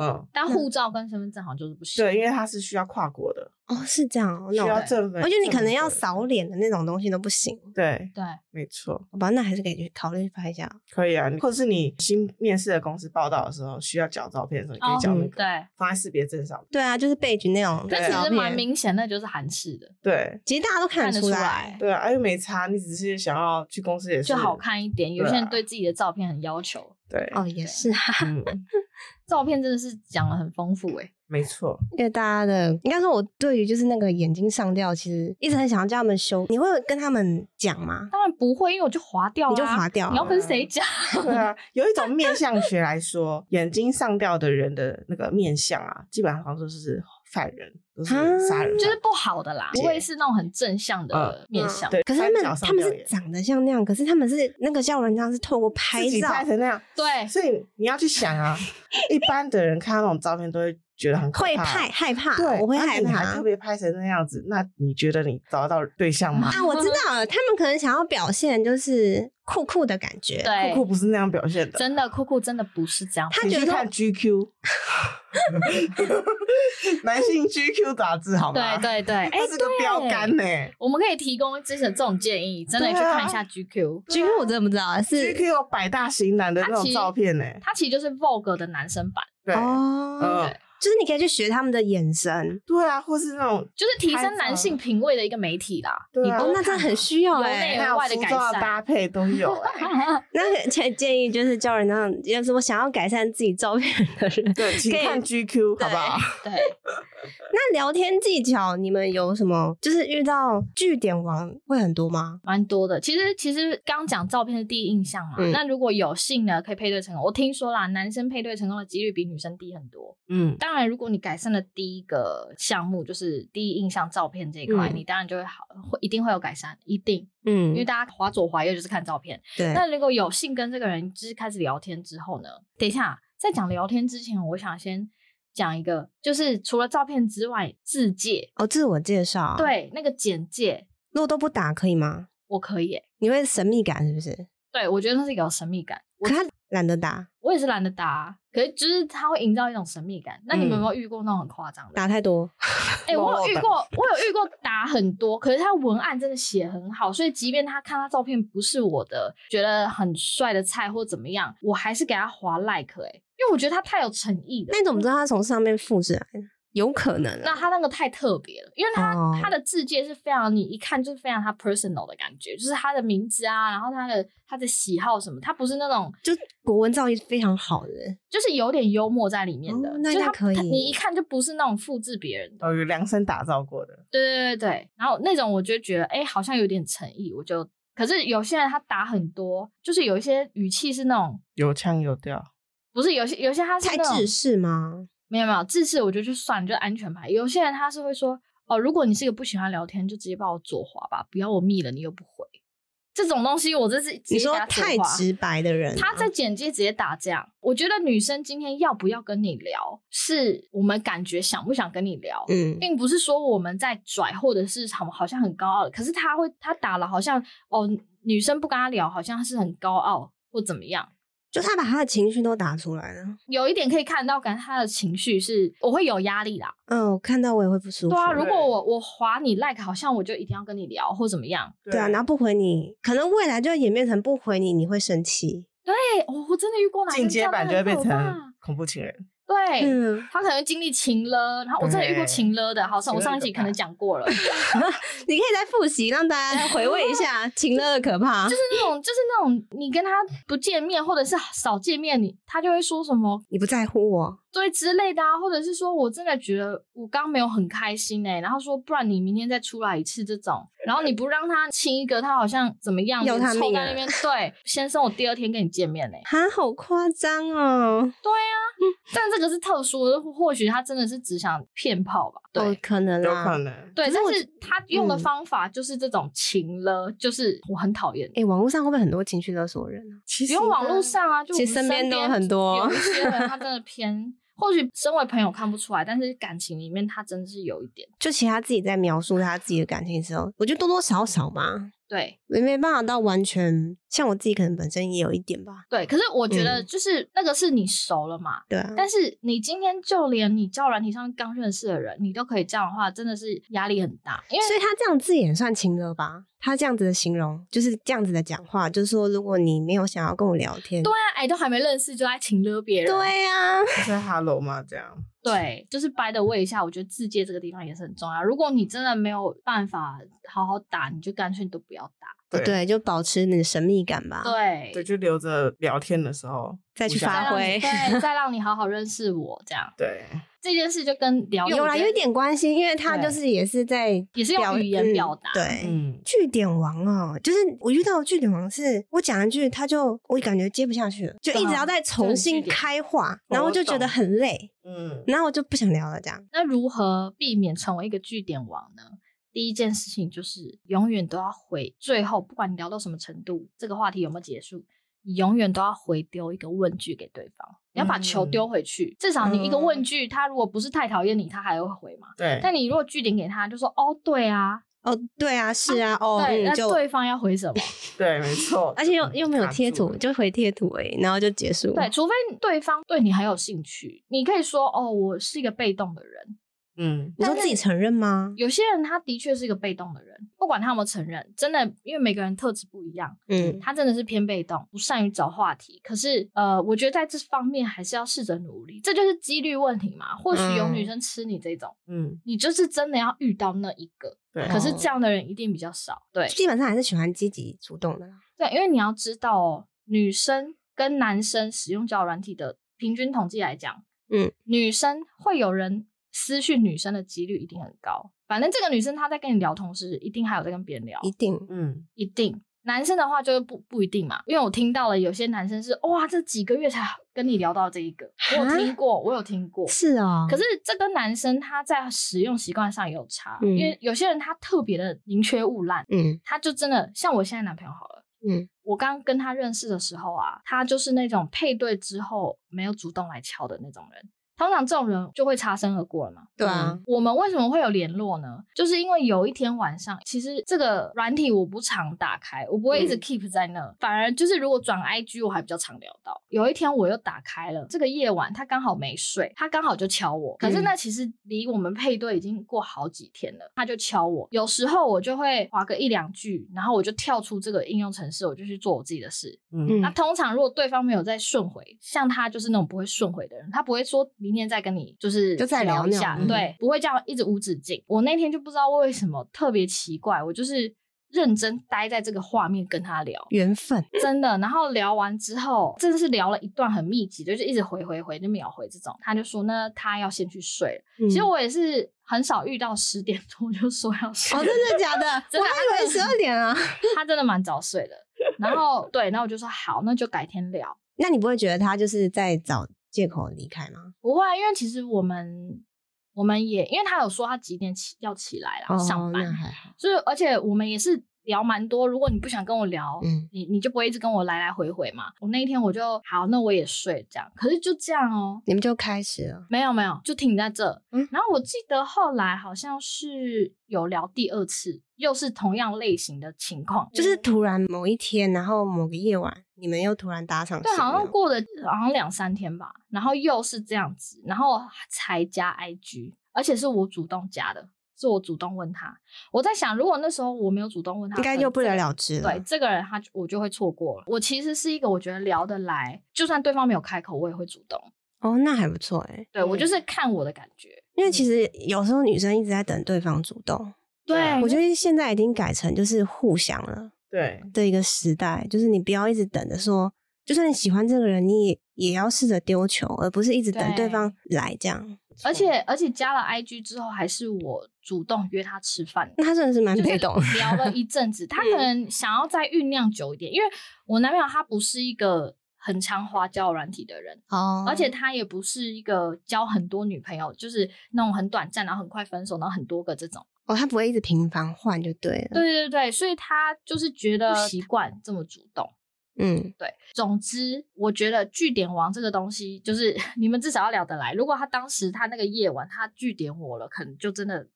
S4: 嗯，
S3: 但护照跟身份证好像就是不行。
S4: 对，因为它是需要跨国的，
S2: 哦，是这样哦。
S4: 需
S2: 那
S4: 要
S2: 我
S4: 证明。
S2: 我觉得你可能要
S4: 证
S2: 扫脸的那种东西都不行。
S4: 明对，
S3: 对，
S4: 没错，
S2: 好吧，那还是可以去考虑拍一下。
S4: 可以啊，或者是你新面试的公司报道的时候需要缴照片的时候，你可
S3: 哦
S4: 以缴那
S2: 嗯
S4: 个、
S3: 对，
S4: 放在识别证上。
S2: 对啊，就是背景那种
S3: 但其
S2: 照
S3: 实
S2: 片
S3: 蛮明显，那就是韩式的，
S4: 对
S2: 其实大家都啊看
S3: 看
S2: 得
S3: 得
S2: 出
S3: 出
S2: 来。
S3: 来。
S4: 对啊，又没差，你只是想要去公司也是
S3: 就好，看一点，有些人
S4: 对
S3: 对自己的照片很要求，
S4: 对，
S2: 哦 哦，也是啊，
S4: 嗯，
S3: 照片真的是讲的很丰富诶、
S4: 没错，
S2: 因为大家的应该说，我对于就是那个眼睛上吊，其实一直很想要叫他们修。你会跟他们讲吗？
S3: 当然不会，因为我就划掉、啊，
S2: 你就划掉
S3: 你要跟谁讲？
S4: 对啊，有一种面相学来说，眼睛上吊的人的那个面相啊，基本上都是犯人，都
S2: 啊
S4: 是杀人犯，
S3: 就是不好的啦，不会是那种很正向的
S4: 嗯
S3: 面相。
S4: 对。
S2: 可是他
S4: 三
S2: 们
S4: 角上
S2: 他们
S4: 吊
S2: 是
S4: 眼
S2: 长得像那样，可是他们是那个叫人家是透过拍
S4: 自己
S2: 照，
S4: 拍成那样，
S3: 对
S4: 所以你要去想啊，一般的人看到那种照片都会觉得很可
S2: 会
S4: 怕
S2: 害害怕，
S4: 对，
S2: 我会
S4: 而且
S2: 害
S4: 你还
S2: 怕
S4: 特。别拍成那样子，那你觉得你找到对象 吗？
S2: 啊，我知道了，他们可能想要表现就是酷酷的感觉，
S3: 对
S4: 酷酷不是那样表现的，
S3: 真的酷酷真的不是这样。
S2: 他
S4: 你
S2: 觉
S4: 去
S2: 得
S4: 看 GQ，男性 GQ 杂志好吗？
S3: 对对 对，哎
S4: 它，啊是个
S3: 对
S4: 标杆呢、
S3: 我们可以提供之前这种建议，真的你去
S4: 对啊
S3: 看一下 GQ。
S2: GQ 我真的不知道是
S4: GQ 有百大型男的那
S3: 它
S4: 种
S3: 其
S4: 照片呢、
S3: 它其实就是 Vogue 的男生版，
S4: 对，
S2: 哦，
S4: 嗯，
S2: 就是你可以去学他们的眼神，
S4: 对啊，或是那种
S3: 就是提
S4: 拍
S3: 升
S4: 照
S3: 男性品味的一个媒体啦。
S4: 对啊
S3: 你
S2: 哦
S3: 多，
S2: 那真
S3: 看
S2: 的
S3: 啊
S2: 很需要
S3: 有
S2: 哎、
S3: 内
S4: 还有
S3: 外的
S4: 服
S3: 改
S4: 装的
S3: 善
S4: 搭配都有、欸。
S2: 那建建议就是叫人那种，要是我想要改善自己照片的人，
S4: 对，请
S2: 可以
S4: 看 GQ 好不好？
S3: 对，
S2: 那聊天技巧你们有什么？就是遇到据点王会很多吗？
S3: 蛮多的。其实其实刚讲照片是第一印象嘛，
S2: 嗯
S3: 那如果有幸呢，可以配对成功。我听说啦，男生配对成功的几率比女生低很多。
S4: 嗯，
S3: 当然，如果你改善了第一个项目，就是第一印象照片这一块，
S2: 嗯
S3: 你当然就会好，会一定会有改善，一定，因为
S2: 嗯，
S3: 大家划左划右就是看照片。
S2: 对，
S3: 那如果有幸跟这个人就是开始聊天之后呢，等一下在讲聊天之前，我想先讲一个，就是除了照片之外，自介，
S2: 哦，自我介绍，，
S3: 对，那个简介
S2: 如果都不打可以吗？
S3: 我可以、欸，
S2: 你会神秘感是不是？
S3: 对我觉得那是一个有神秘感。我
S2: 可他懒得打，
S3: 我也是懒得打、啊，可是就是它会营造一种神秘感。那你
S2: 嗯
S3: 们有没有遇过那种很夸张的？
S2: 打太多，
S3: 哎、我有遇
S4: 我
S3: 过，我有遇过打很多，可是他文案真的写很好，所以即便他看他照片不是我的，觉得很帅的菜或怎么样，我还是给他划 like 哎、因为我觉得他太有诚意了
S2: 那。你怎么知道他从上面复制来的？有可能
S3: 那
S2: 啊，
S3: 他那个太特别了，因为他、
S2: 哦
S3: 他的字界是非常，你一看就是非常他 personal 的感觉，就是他的名字啊，然后他的他的喜好什么，他不是那种
S2: 就国文造诣非常好的人，
S3: 就是有点幽默在里面的，
S2: 哦那应
S3: 就是
S2: 该
S3: 他
S2: 可以
S3: 他你一看就不是那种复制别人的。
S4: 哦，有量身打造过的，
S3: 对对对对，然后那种我就觉得，哎，好像有点诚意，我就。可是有些人他打很多，就是有一些语气是那种，
S4: 有腔有调，
S3: 不是有些有些他是
S2: 太
S3: 那种
S2: 自私吗？
S3: 没有没有自视，我就去算就安全牌。有些人他是会说，哦，如果你是一个不喜欢聊天，就直接把我左滑吧，不要我密了你又不回，这种东西我这是直
S2: 你
S3: 接
S2: 说
S3: 给他左
S2: 太
S3: 滑
S2: 直白的人啊，
S3: 他在简介直接打这样，我觉得女生今天要不要跟你聊，是我们感觉想不想跟你聊，
S2: 嗯，
S3: 并不是说我们在拽，或者是好好像很高傲的。可是他会，他打了好像哦，女生不跟他聊，好像是很高傲或怎么样。
S2: 就他把他的情绪都打出来了。
S3: 有一点可以看到，感觉他的情绪是我会有压力啦。
S2: 嗯，我看到我也会不舒服。
S3: 对啊，如果我我划你 like，好像我就一定要跟你聊或怎么样。
S2: 对啊，然后不回你，可能未来就会演变成不回你，你会生气。
S3: 对，哦、我真的遇过男生
S4: 进阶版就
S3: 这
S4: 会
S3: 样
S4: 变
S3: 真的很可怕
S4: 成恐怖情人，
S3: 对。
S2: 嗯，
S3: 他可能会经历情了，然后我真的遇过
S4: 对
S3: 情了的，好像我
S4: 情勒
S3: 上一
S4: 可
S3: 集可
S4: 怕
S3: 能讲过 了，
S2: 你可以再复习，让大家回味一 下情乐的可怕。
S3: 就是那种，就是那种，你跟他不见面，或者是少见面，你他就会说什么
S2: 你不在乎我，
S3: 对之类的啊，或者是说我真的觉得我刚没有很开心哎、然后说不然你明天再出来一次这 种，然后你不让他亲一个，他好像怎么样，
S2: 要他
S3: 你凑
S2: 命
S3: 在
S2: 啊
S3: 那边，对，先生，我第二天跟你见面哎、
S2: 哈，好夸张哦。
S3: 但这个是特殊的，或许他真的是只想骗炮吧，对。
S2: 哦，可能
S4: 有可
S2: 啊。
S4: 能。
S3: 对，
S2: 可是我
S3: 但是他用的
S2: 嗯
S3: 方法就是这种情了，就是我很讨厌。
S2: 哎，网络上会不会很多情绪勒索人啊？
S4: 其
S3: 不用网络上啊，就
S2: 其
S3: 我
S2: 实
S3: 们
S2: 身边
S3: 边
S2: 都很多
S3: 有一 些人他真的偏，或许身为朋友看不出来，但是感情里面他真的是有一点
S2: 就其实他自己在描述他自己的感情的时候，我觉得多多少少吧，
S3: 对
S2: 也没办法到完全。像我自己可能本身也有一点吧。
S3: 对。可是我觉得
S2: 嗯
S3: 就是那个是你熟了嘛，
S2: 对啊，
S3: 但是你今天就连你交友软体上面刚认识的人，你都可以这样的话，真的是压力很大，因为
S2: 所以他这样字眼算情了吧？他这样子的形容，就是这样子的讲话，就是说，如果你没有想要跟我聊天，
S3: 对啊，哎，都还没认识就在请了别人，
S2: 对呀、啊，
S4: 在 Hello 嘛，这 样
S3: 对，就是掰的问一下，我觉得自介这个地方也是很重要。如果你真的没有办法好好打，你就干脆你都不要打。
S4: 对
S2: 对，就保持你的神秘感吧。，
S3: 对，
S4: 对，就留着聊天的时候
S2: 再去
S4: 互相
S2: 啊发挥
S3: 再让你对，再让你好好认识我这样。
S2: 哎
S4: 对，
S3: 这件事就跟聊天
S2: 有啦，
S3: 我觉
S2: 有
S3: 得
S2: 一点关系，因为他就是也是在
S3: 也是用语言表达，
S2: 嗯对，
S4: 嗯，
S2: 据点王哦，就是我遇到的据点王是，我讲一句他就我感觉接不下去了，就
S3: 啊
S2: 一直要再重新开话，
S4: 对啊
S2: 然后就觉得很累，
S4: 嗯，
S2: 然后我就不想聊了这样。
S3: 那如何避免成为一个据点王呢？第一件事情就是永远都要回，最后不管你聊到什么程度，这个话题有没有结束，你永远都要回丢一个问句给对方，你要把球
S2: 嗯
S3: 丢回去。至少你一个问句，他如果不是太讨厌你，他还会回嘛。
S4: 对，
S3: 但你如果据点给他，就说哦，对啊，
S2: 哦，对啊，是啊，哦，嗯，
S3: 对，那
S2: 就
S3: 对方要回什么？
S4: 对，没错，
S2: 而且
S3: 嗯
S2: 又又没有贴
S4: 卡住
S2: 图，
S4: 了
S2: 就回贴图而已，然后就结束。
S3: 对，除非对方对你很有兴趣，你可以说哦，我是一个被动的人，
S4: 嗯，
S2: 你说自己承认吗？
S3: 有些人他的确是一个被动的人，不管他有没有承认，真的，因为每个人特质不一样，
S2: 嗯，
S3: 他真的是偏被动，不善于找话题。可是，呃，我觉得在这方面还是要试着努力，这就是几率问题嘛。或许有
S2: 嗯
S3: 女生吃你这种，
S4: 嗯，
S3: 你就是真的要遇到那一个，
S4: 对，
S3: 可是
S2: 哦
S3: 这样的人一定比较少。对
S2: 基本上还是喜欢积极主动的啦。
S3: 对，因为你要知道哦，女生跟男生使用交友软体的平均统计来讲，
S2: 嗯，
S3: 女生会有人私讯女生的几率一定很高。反正这个女生她在跟你聊，同时一定还有在跟别人聊，
S2: 一定，
S4: 嗯，
S3: 一定。男生的话就是不不一定嘛，因为我听到了有些男生是哇，这几个月才跟你聊到这一个，我有听过，我有听过。
S2: 是哦。
S3: 可是这跟男生他在使用习惯上也有差，
S2: 嗯
S3: 因为有些人他特别的宁缺毋滥，
S2: 嗯
S3: 他就真的像我现在男朋友好了，
S2: 嗯，
S3: 我刚跟他认识的时候啊，他就是那种配对之后没有主动来敲的那种人，通常这种人就会擦身而过了嘛。
S2: 对啊，
S3: 我们为什么会有联络呢？就是因为有一天晚上，其实这个软体我不常打开，我不会一直
S2: 嗯
S3: keep 在那，反而就是如果转 IG 我还比较常聊到。有一天我又打开了，这个夜晚他刚好没睡，他刚好就敲我，可是那其实离我们配对已经过好几天了，他就敲我。有时候我就会划个一两句，然后我就跳出这个应用程式，我就去做我自己的事。
S4: 嗯，
S3: 那通常如果对方没有再顺回，像他就是那种不会顺回的人，他不会说明天再跟你就是
S2: 就再
S3: 聊
S2: 聊
S3: 一
S2: 那
S3: 下，
S2: 种嗯
S3: 对，不会这样一直无止境。我那天就不知道为什么特别奇怪，我就是认真待在这个画面跟他聊，
S2: 缘分。
S3: 真的。然后聊完之后，真的是聊了一段很密集，就是一直回回回就秒回这种。他就说那他要先去睡了。
S2: 其
S3: 嗯其实我也是很少遇到十点多就说要睡
S2: 哦，
S3: 了，
S2: 真的假的？
S3: 真的
S2: 我还以为十二点啊。
S3: 他真的蛮早睡的。然后对，然后我就说好，那就改天聊。
S2: 那你不会觉得他就是在找借口离开吗？
S3: 不会啊，因为其实我们我们也因为他有说他几点起要起来啦，上
S2: 哦那
S3: 班，
S2: 还好。
S3: 所以而且我们也是聊蛮多。如果你不想跟我聊，
S2: 嗯
S3: 你你就不会一直跟我来来回回嘛。我那一天我就好，那我也睡这样。可是就这样哦，
S2: 你们就开始了，
S3: 没有没有，就停在这。
S2: 嗯
S3: 然后我记得后来好像是有聊第二次，又是同样类型的情况，
S2: 就是突然某一天，然后某个夜晚，你们又突然搭上线
S3: 对，
S2: 了。
S3: 好像过了好像两三天吧，然后又是这样子，然后才加 IG，而且是我主动加的，是我主动问他。我在想，如果那时候我没有主动问他，
S2: 应该
S3: 可能
S2: 就不
S3: 这
S2: 了
S3: 个
S2: 了之了。
S3: 对，这个人他就我就会错过了。我其实是一个我觉得聊得来，就算对方没有开口，我也会主动。
S2: 哦，那还不错哎、
S3: 对、我就是看我的感觉。
S2: 因为其实有时候女生一直在等对方主动，
S3: 对，
S2: 我觉得现在已经改成就是互相了
S4: 对，
S2: 的一个时代，就是你不要一直等着说，就算你喜欢这个人，你也也要试着丢球，而不是一直等
S3: 对
S2: 对方来这样。
S3: 而且而且加了 IG 之后，还是我主动约他吃饭的。
S2: 那他真的是蛮
S3: 就是
S2: 被动的，
S3: 聊了一阵子，他可能想要再酝酿久一点，因为我男朋友他不是一个很常花交软体的人，
S2: 哦
S3: 而且他也不是一个交很多女朋友，就是那种很短暂，然后很快分手，然后很多个这种。
S2: 哦，他不会一直频繁换就对了。
S3: 对对对，所以他就是觉得习惯这么主动。
S2: 嗯，
S3: 对，总之我觉得据点王这个东西，就是 你们至少要聊得来。如果他当时他那个夜晚他据点我了，可能就真的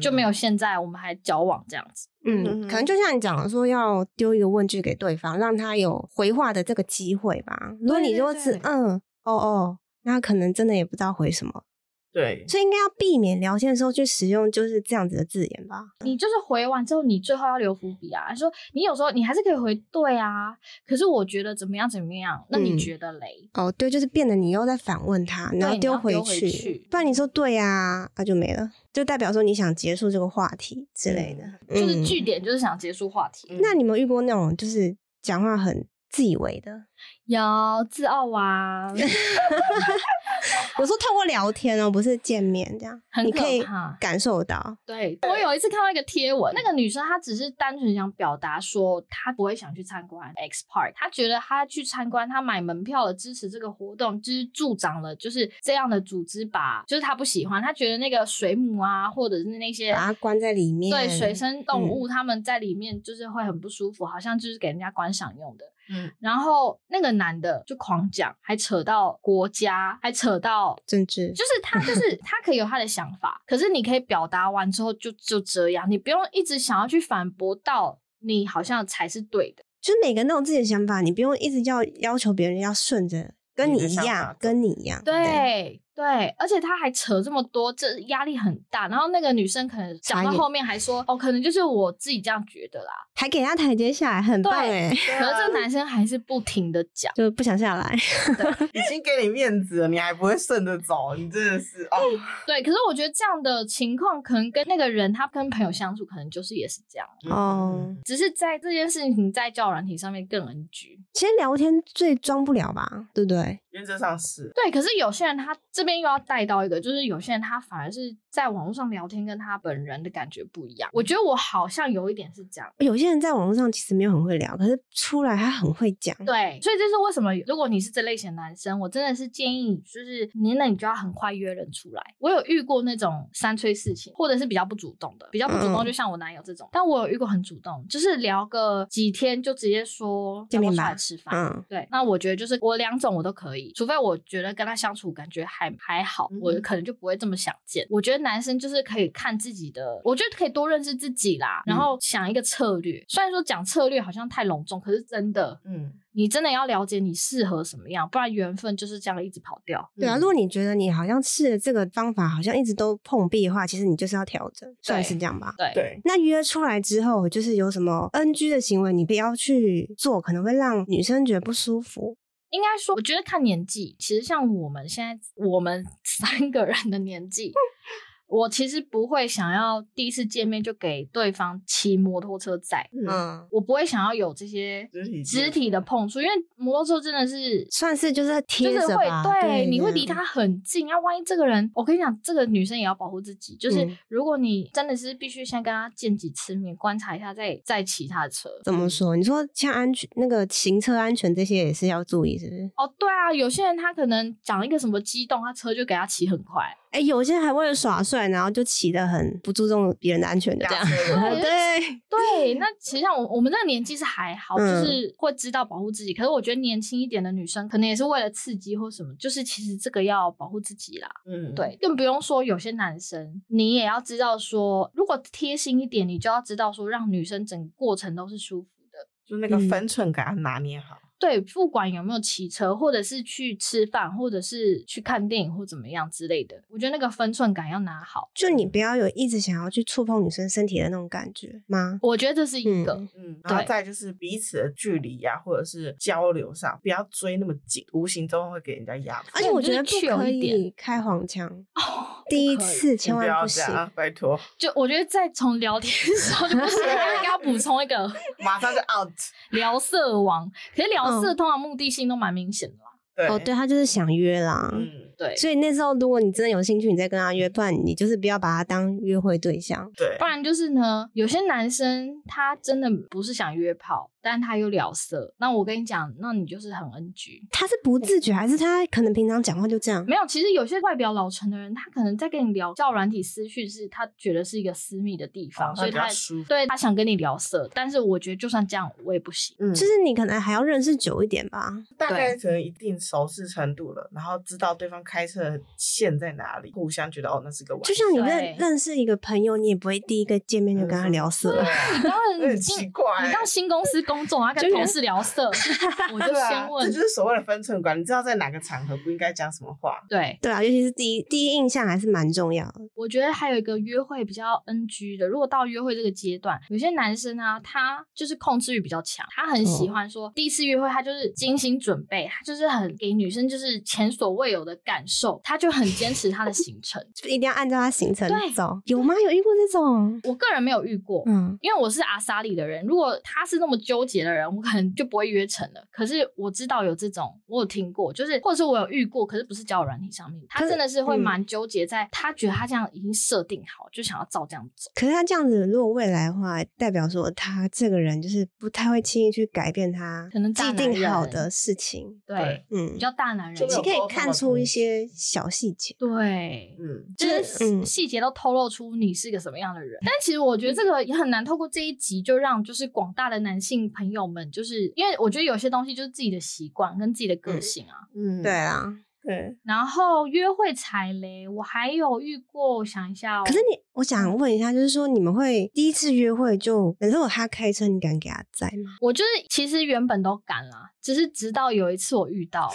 S3: 就没有现在我们还交往这样子。
S2: 嗯，
S4: 嗯
S2: 可能就像你讲的说，要丢一个问句给对方，让他有回话的这个机会吧。如果你
S3: 对
S2: 如果只
S3: 对
S2: 嗯哦哦，那可能真的也不知道回什么，
S4: 对，
S2: 所以应该要避免聊天的时候去使用就是这样子的字眼吧。
S3: 你就是回完之后，你最后要留伏笔啊。说你有时候你还是可以回对啊，可是我觉得怎么样怎么样，那你
S2: 嗯
S3: 觉得嘞？
S2: 哦，对，就是变得你又在反问他，然后
S3: 你要
S2: 回
S3: 丢回去
S2: 不然你说对呀、啊，那、就没了，就代表说你想结束这个话题之类的。
S3: 就是
S2: 嗯
S3: 据点就是想结束话题，
S2: 那你有没有遇过那种就是讲话很自以为的？
S3: 有自傲啊，
S2: 我说透过聊天哦，不是见面这样，
S3: 很
S2: 你
S3: 可
S2: 可以
S3: 怕
S2: 感受到。
S3: 对我有一次看到一个贴文，那个女生她只是单纯想表达说，她不会想去参观 X Park，她觉得她去参观，她买门票了，支持这个活动，就是助长了就是这样的组织吧，就是她不喜欢，她觉得那个水母啊，或者是那些
S2: 把它关在里面
S3: 对水生动物，他们在里面就是会很不舒服，好像就是给人家观赏用的。
S4: 嗯，
S3: 然后那个男的就狂讲，还扯到国家，还扯到
S2: 政治
S3: 就是他， 就是他可以有他的想法，可是你可以表达完之后就就这样，你不用一直想要去反驳到你好像才是对的。
S2: 就是每个人都有自己的想法，你不用一直要要求别人要顺着跟
S4: 你
S2: 你
S4: 的
S2: 一
S4: 想法
S2: 样
S4: 走，
S2: 跟你一样。
S3: 对对，而且他还扯这么多，这压力很大。然后那个女生可能讲
S2: 傻
S3: 到
S2: 眼
S3: 后面还说，哦，可能就是我自己这样觉得啦。
S2: 还给他台阶下来，很棒
S3: 对啊
S2: 哎、
S3: 可
S4: 啊
S3: 是这个男生还是不停的讲。
S2: 就不想下来。
S4: 已经给你面子了，你还不会顺着走，你真的是哦，
S3: 对，可是我觉得这样的情况，可能跟那个人他跟朋友相处，可能就是也是这样，
S4: 嗯
S2: 哦，
S3: 只是在这件事情在交友软体上面更 NG。
S2: 其实聊天最装不了吧，对不对？
S4: 原则上是
S3: 对，可是有些人他这边又要带到一个，就是有些人他反而是在网络上聊天，跟他本人的感觉不一样。我觉得我好像有一点是这样。
S2: 有些人在网络上其实没有很会聊，可是出来他很会讲。
S3: 对，所以这是为什么，如果你是这类型的男生，我真的是建议你，就是你那你就要很快约人出来。我有遇过那种三催四请，或者是比较不主动的，比较不主动，
S2: 嗯
S3: 就像我男友这种。但我有遇过很主动，就是聊个几天就直接说
S2: 见面
S3: 要不要出
S2: 吧
S3: 来吃饭。
S2: 嗯，
S3: 对，那我觉得就是我两种我都可以，除非我觉得跟他相处感觉还还好，我
S4: 嗯
S3: 可能就不会这么想见。我觉得男生就是可以看自己的，我觉得可以多认识自己啦，
S2: 嗯
S3: 然后想一个策略。虽然说讲策略好像太隆重，可是真的，
S4: 嗯，
S3: 你真的要了解你适合什么样，不然缘分就是这样一直跑掉。
S2: 对啊，
S4: 嗯
S2: 如果你觉得你好像试了这个方法，好像一直都碰壁的话，其实你就是要调整，算是这样吧。
S3: 对，
S4: 对，
S2: 那约出来之后，就是有什么 NG 的行为，你不要去做，可能会让女生觉得不舒服。
S3: 应该说，我觉得看年纪，其实像我们现在我们 三个人的年纪。我其实不会想要第一次见面就给对方骑摩托车载，
S2: 嗯，
S3: 我不会想要有这些
S4: 肢体接
S3: 肢体的碰触，因为摩托车真的是
S2: 算是就是
S3: 就
S2: 贴
S3: 是
S2: 着
S3: 会
S2: 吧，
S3: 对，你会
S2: 对
S3: 离他很近。啊，万一这个人，我跟你讲，这个女生也要保护自己，就是
S2: 嗯
S3: 如果你真的是必须先跟他见几次面，观察一下再再骑他的车。嗯
S2: 怎么说？你说像安全那个行车安全这些也是要注意，是不是？
S3: 哦，对啊，有些人他可能讲一个什么激动，他车就给他骑很快，
S2: 哎、有些还为了耍帅，然后就骑得很不注重别人的安全的这样。
S4: 样
S2: 对，
S3: 对，那其实像我我们这个年纪是还好，就
S2: 嗯
S3: 是会知道保护自己。可是我觉得年轻一点的女生，可能也是为了刺激或什么，就是其实这个要保护自己啦。
S4: 嗯，
S3: 对，更不用说有些男生，你也要知道说，如果贴心一点，你就要知道说，让女生整个过程都是舒服的。
S4: 就那个
S2: 嗯
S4: 分寸感要拿捏好。
S3: 对，不管有没有骑车，或者是去吃饭，或者是去看电影或怎么样之类的，我觉得那个分寸感要拿好。
S2: 就你不要有一直想要去触碰女生身体的那种感觉吗？
S3: 我觉得这是一个，
S2: 嗯
S4: 嗯，然后
S3: 对
S4: 再就是彼此的距离呀、或者是交流上，不要追那么紧，无形中会给人家压迫。
S2: 而且我
S3: 就
S2: 觉
S3: 是
S2: 得不
S3: chill
S2: 可
S3: 一点
S2: 以开黄腔，
S3: 哦，
S2: 第一
S3: 不可以
S2: 次
S4: 你
S2: 千
S4: 不
S2: 万
S4: 要
S2: 不
S4: 这
S2: 行。
S4: 样，啊拜托，
S3: 就我觉得再从聊天的时候就不行，还要给他补充一个
S4: 马上就 out。
S3: 聊色王。可是聊色
S2: 嗯
S3: 通常目的性都蛮明显的啦。
S4: 对，
S2: 哦，对，他就是想约啦。
S4: 嗯，
S3: 对，
S2: 所以那时候，如果你真的有兴趣，你再跟他约，不然你就是不要把他当约会对象。
S4: 对
S3: 不，然就是呢，有些男生他真的不是想约炮，但他又聊色。那我跟你讲，那你就是很 NG。
S2: 他是不自觉，还是他可能平常讲话就这样？
S3: 没有，其实有些外表老成的人，他可能在跟你聊交友软体私讯，是他觉得是一个私密的地方，
S4: 哦
S3: 所以
S4: 他比
S3: 他
S4: 较舒服
S3: 对他想跟你聊色。但是我觉得就算这样，我也不行。
S4: 嗯，
S2: 就是你可能还要认识久一点吧。
S4: 大概可能一定熟识程度了，然后知道对方开车的线在哪里，互相觉得哦，那是个玩笑。
S2: 就像你认
S3: 对
S2: 认识一个朋友，你也不会第一个见面就跟
S3: 嗯
S2: 他聊色。
S3: 你 当然
S4: 啊很
S3: 你进
S4: 奇怪欸
S3: 你到新公司工作，然后跟同事 聊色，我就
S4: 对啊
S3: 先，
S4: 这
S3: 问。
S4: 就是所谓的分寸感。你知道在哪个场合不应该讲什么话，
S3: 对，
S2: 对啊，尤其是第一第一印象还是蛮重要的。
S3: 我觉得还有一个约会比较 NG 的，如果到约会这个阶段，有些男生啊，他就是控制欲比较强，他很
S2: 嗯
S3: 喜欢说、第一次约会，他就是精心准备，他就是很给女生就是前所未有的感受，他就很坚持他的行程。
S2: 就一定要按照他行程
S3: 对
S2: 走。有吗？有遇过这种？
S3: 我个人没有遇过，
S2: 嗯，
S3: 因为我是阿沙粒的人，如果他是那么纠结的人，我可能就不会约成了。可是我知道有这种，我有听过，就是或者说我有遇过，可是不是交友软体上面，他
S2: 可是
S3: 真的是会
S2: 嗯
S3: 蛮纠结在，他觉得他这样已经设定好，就想要照这样走。
S2: 可是他这样子，如果未来的话，代表说他这个人就是不太会轻易去改变他
S3: 可能大
S2: 既
S3: 男
S2: 定好
S3: 人
S2: 的事情。
S3: 对，
S2: 嗯
S3: 比，较大男人
S4: 这
S3: 一
S4: 个
S2: 其实
S3: 点，
S2: 可以
S4: 有沟通
S2: 看
S4: 的
S2: 出一
S4: 空
S2: 些小细节。
S3: 对，
S4: 嗯，
S3: 就是
S2: 嗯
S3: 细节都透露出你是个什么样的人。但其实我觉得这个也很难透过这一集就让就是广大的男性朋友们，就是因为我觉得有些东西就是自己的习惯跟自己的个性啊。
S4: 嗯，
S2: 对啊，对。
S3: 然后约会踩雷，我还有遇过，我想一下、哦，
S2: 可是你，我想问一下，就是说你们会第一次约会就，可是我他开车，你敢给他载吗？
S3: 我就是其实原本都敢啦，只是直到有一次我遇到了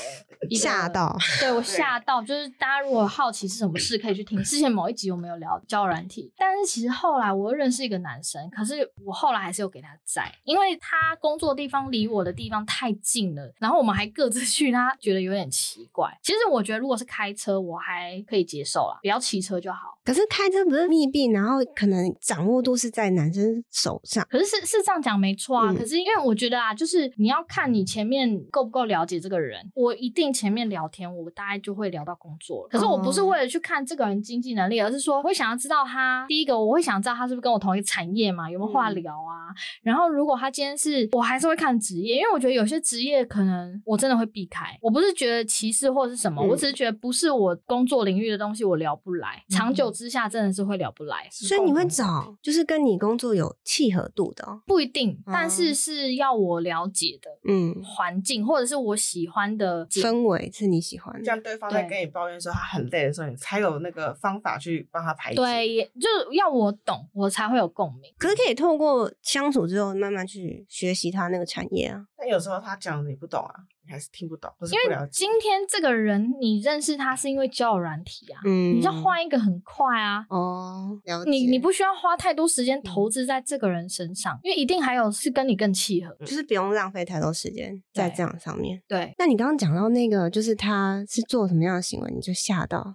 S3: 一个
S2: 吓，到，
S3: 对我吓到，就是大家如果好奇是什么事，可以去听之前某一集我们有聊交友软体，但是其实后来我又认识一个男生，可是我后来还是有给他载，因为他工作地方离我的地方太近了，然后我们还各自去，他觉得有点奇怪。其实我觉得如果是开车，我还可以接受啦，不要骑车就好。
S2: 可是开车不是密闭，然后可能掌握度是在男生手上。
S3: 可是是是这样讲没错啊，
S2: 嗯
S3: 可是因为我觉得啊，就是你要看你前面够不够了解这个人。我一定前面聊天，我大概就会聊到工作了。可是我不是
S2: 哦
S3: 为了去看这个人经济能力，而是说我会想要知道他第一个，我会想知道他是不是跟我同一个产业嘛，有没有话
S4: 嗯
S3: 聊啊。然后如果他今天是我还是会看职业，因为我觉得有些职业可能我真的会避开。我不是觉得歧视或是什么，
S4: 嗯
S3: 我只是觉得不是我工作领域的东西，我聊不来。长久
S4: 嗯
S3: 之下真的是会聊不来。
S4: 是
S2: 所以你
S4: 共
S2: 会
S4: 同
S2: 找就是跟你工作有契合度的、哦，
S3: 不一定，
S4: 嗯
S3: 但是
S2: 哦
S3: 是要我了解的。
S2: 嗯，
S3: 环境，或者是我喜欢的节
S2: 氛围是你喜欢
S4: 这
S2: 的。
S4: 样对方在
S3: 嗯对
S4: 跟你抱怨说他很累的时候，你才有那个方法去帮他排解。
S3: 对，也就是要我懂，我才会有共鸣。
S2: 可是可以透过相处之后，慢慢去学习他那个产业啊。
S4: 但有时候他讲的你不懂啊，你还是听不懂，或是
S3: 因
S4: 不
S3: 为
S4: 了解。
S3: 今天这个人，你认识他是因为交友软体啊，
S2: 嗯，
S3: 你就换一个很快啊。
S2: 哦，了解。嗯
S3: 你你不需要花太多时间投资在这个人身上，因为一定还有是跟你更契合。
S2: 就是不用浪费太多时间在
S3: 对
S2: 这样上面。
S3: 对，
S2: 那你刚刚讲到那个，就是他是做什么样的行为，你就吓 到。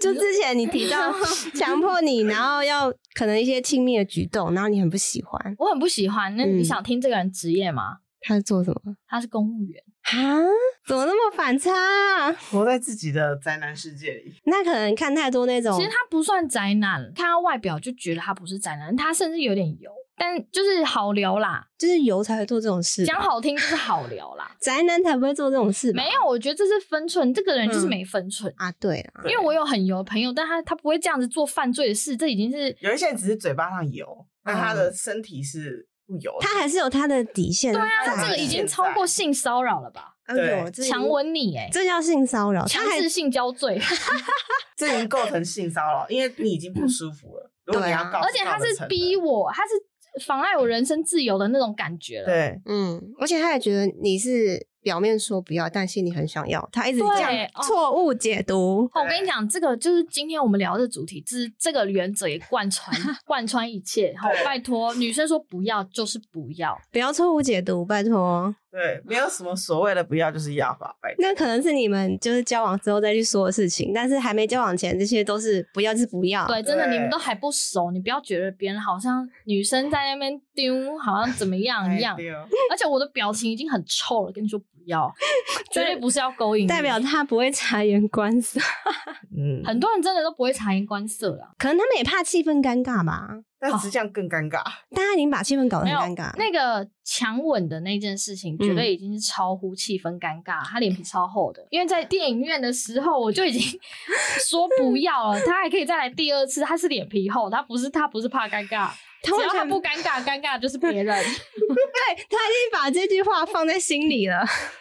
S2: 就之前你提到强迫你，然后要可能一些亲密的举动，然后你很不喜欢。
S3: 我很不喜欢。那
S2: 嗯
S3: 你想听这个人职业吗？
S2: 他是做什么？
S3: 他是公务员，
S2: 啊？怎么那么反差、啊？
S4: 活在自己的宅男世界里，
S2: 那可能看太多那种，
S3: 其实他不算宅男，看他外表就觉得他不是宅男，他甚至有点油，但就是好聊啦，
S2: 就是油才会做这种事吧，
S3: 讲好听就是好聊啦。
S2: 宅男才不会做这种事吧。
S3: 没有，我觉得这是分寸，这个人就是
S2: 嗯
S3: 没分寸。
S2: 啊，对啊，
S3: 因为我有很油的朋友，但他他不会这样子做犯罪的事，这已经是
S4: 有一些人只是嘴巴上油，那他
S3: 嗯
S4: 的身体是不油的。
S2: 他还是有他的底线在
S3: 对
S2: 的。
S3: 啊，
S4: 在
S3: 这个已经超过性骚扰了吧？
S2: 哎呦，
S4: 对
S2: 这已经
S3: 强，吻你、欸，
S2: 这叫性骚扰，
S3: 强
S2: 他还
S3: 制性交罪，
S4: 这已经构成性骚扰，因为你已经不舒服了。如果你
S2: 对啊
S4: 要告，
S3: 而且他是逼
S4: 我，
S3: 我，他是妨碍我人身自由的那种感觉了。
S4: 对，
S2: 嗯，而且他也觉得你是表面说不要，但心里很想要，他一直这
S3: 对
S2: 样
S3: 哦
S2: 错误解读。
S3: 哦我跟你讲，这个就是今天我们聊的主题，就是这个原则也 贯穿贯穿一切。好，
S4: 对
S3: 拜托，女生说不要就是不要，
S2: 不要错误解读，拜托。
S4: 对，没有什么所谓的不要就是要吧，拜托
S2: 那可能是你们就是交往之后再去说的事情，但是还没交往前，这些都是不要就是不要。
S3: 对，真的，
S4: 对
S3: 你们都还不熟，你不要觉得别人好像女生在那边丢，好像怎么样
S4: 哎
S3: 一样。
S4: 对哦
S3: 而且我的表情已经很臭了，跟你说不 要，绝对不是要勾引你，
S2: 代表他不会察言观色，
S4: 嗯，
S3: 很多人真的都不会察言观色啦。
S2: 可能他们也怕气氛尴尬吧。
S4: 但只是这样更尴尬。
S2: 大家已经把气氛搞得
S3: 没
S2: 很
S3: 有
S2: 尴尬。嗯
S3: 那个强吻的那件事情，绝对已经是超乎气氛尴尬，他脸皮超厚的。因为在电影院的时候，我就已经 说不要了，他还可以再来第二次。他是脸皮厚，他不是他不是怕尴尬，
S2: 他
S3: 只
S2: 完
S3: 要他
S2: 全
S3: 不尴尬，尴尬就是别人。
S2: 对他已经把这句话放在心里了，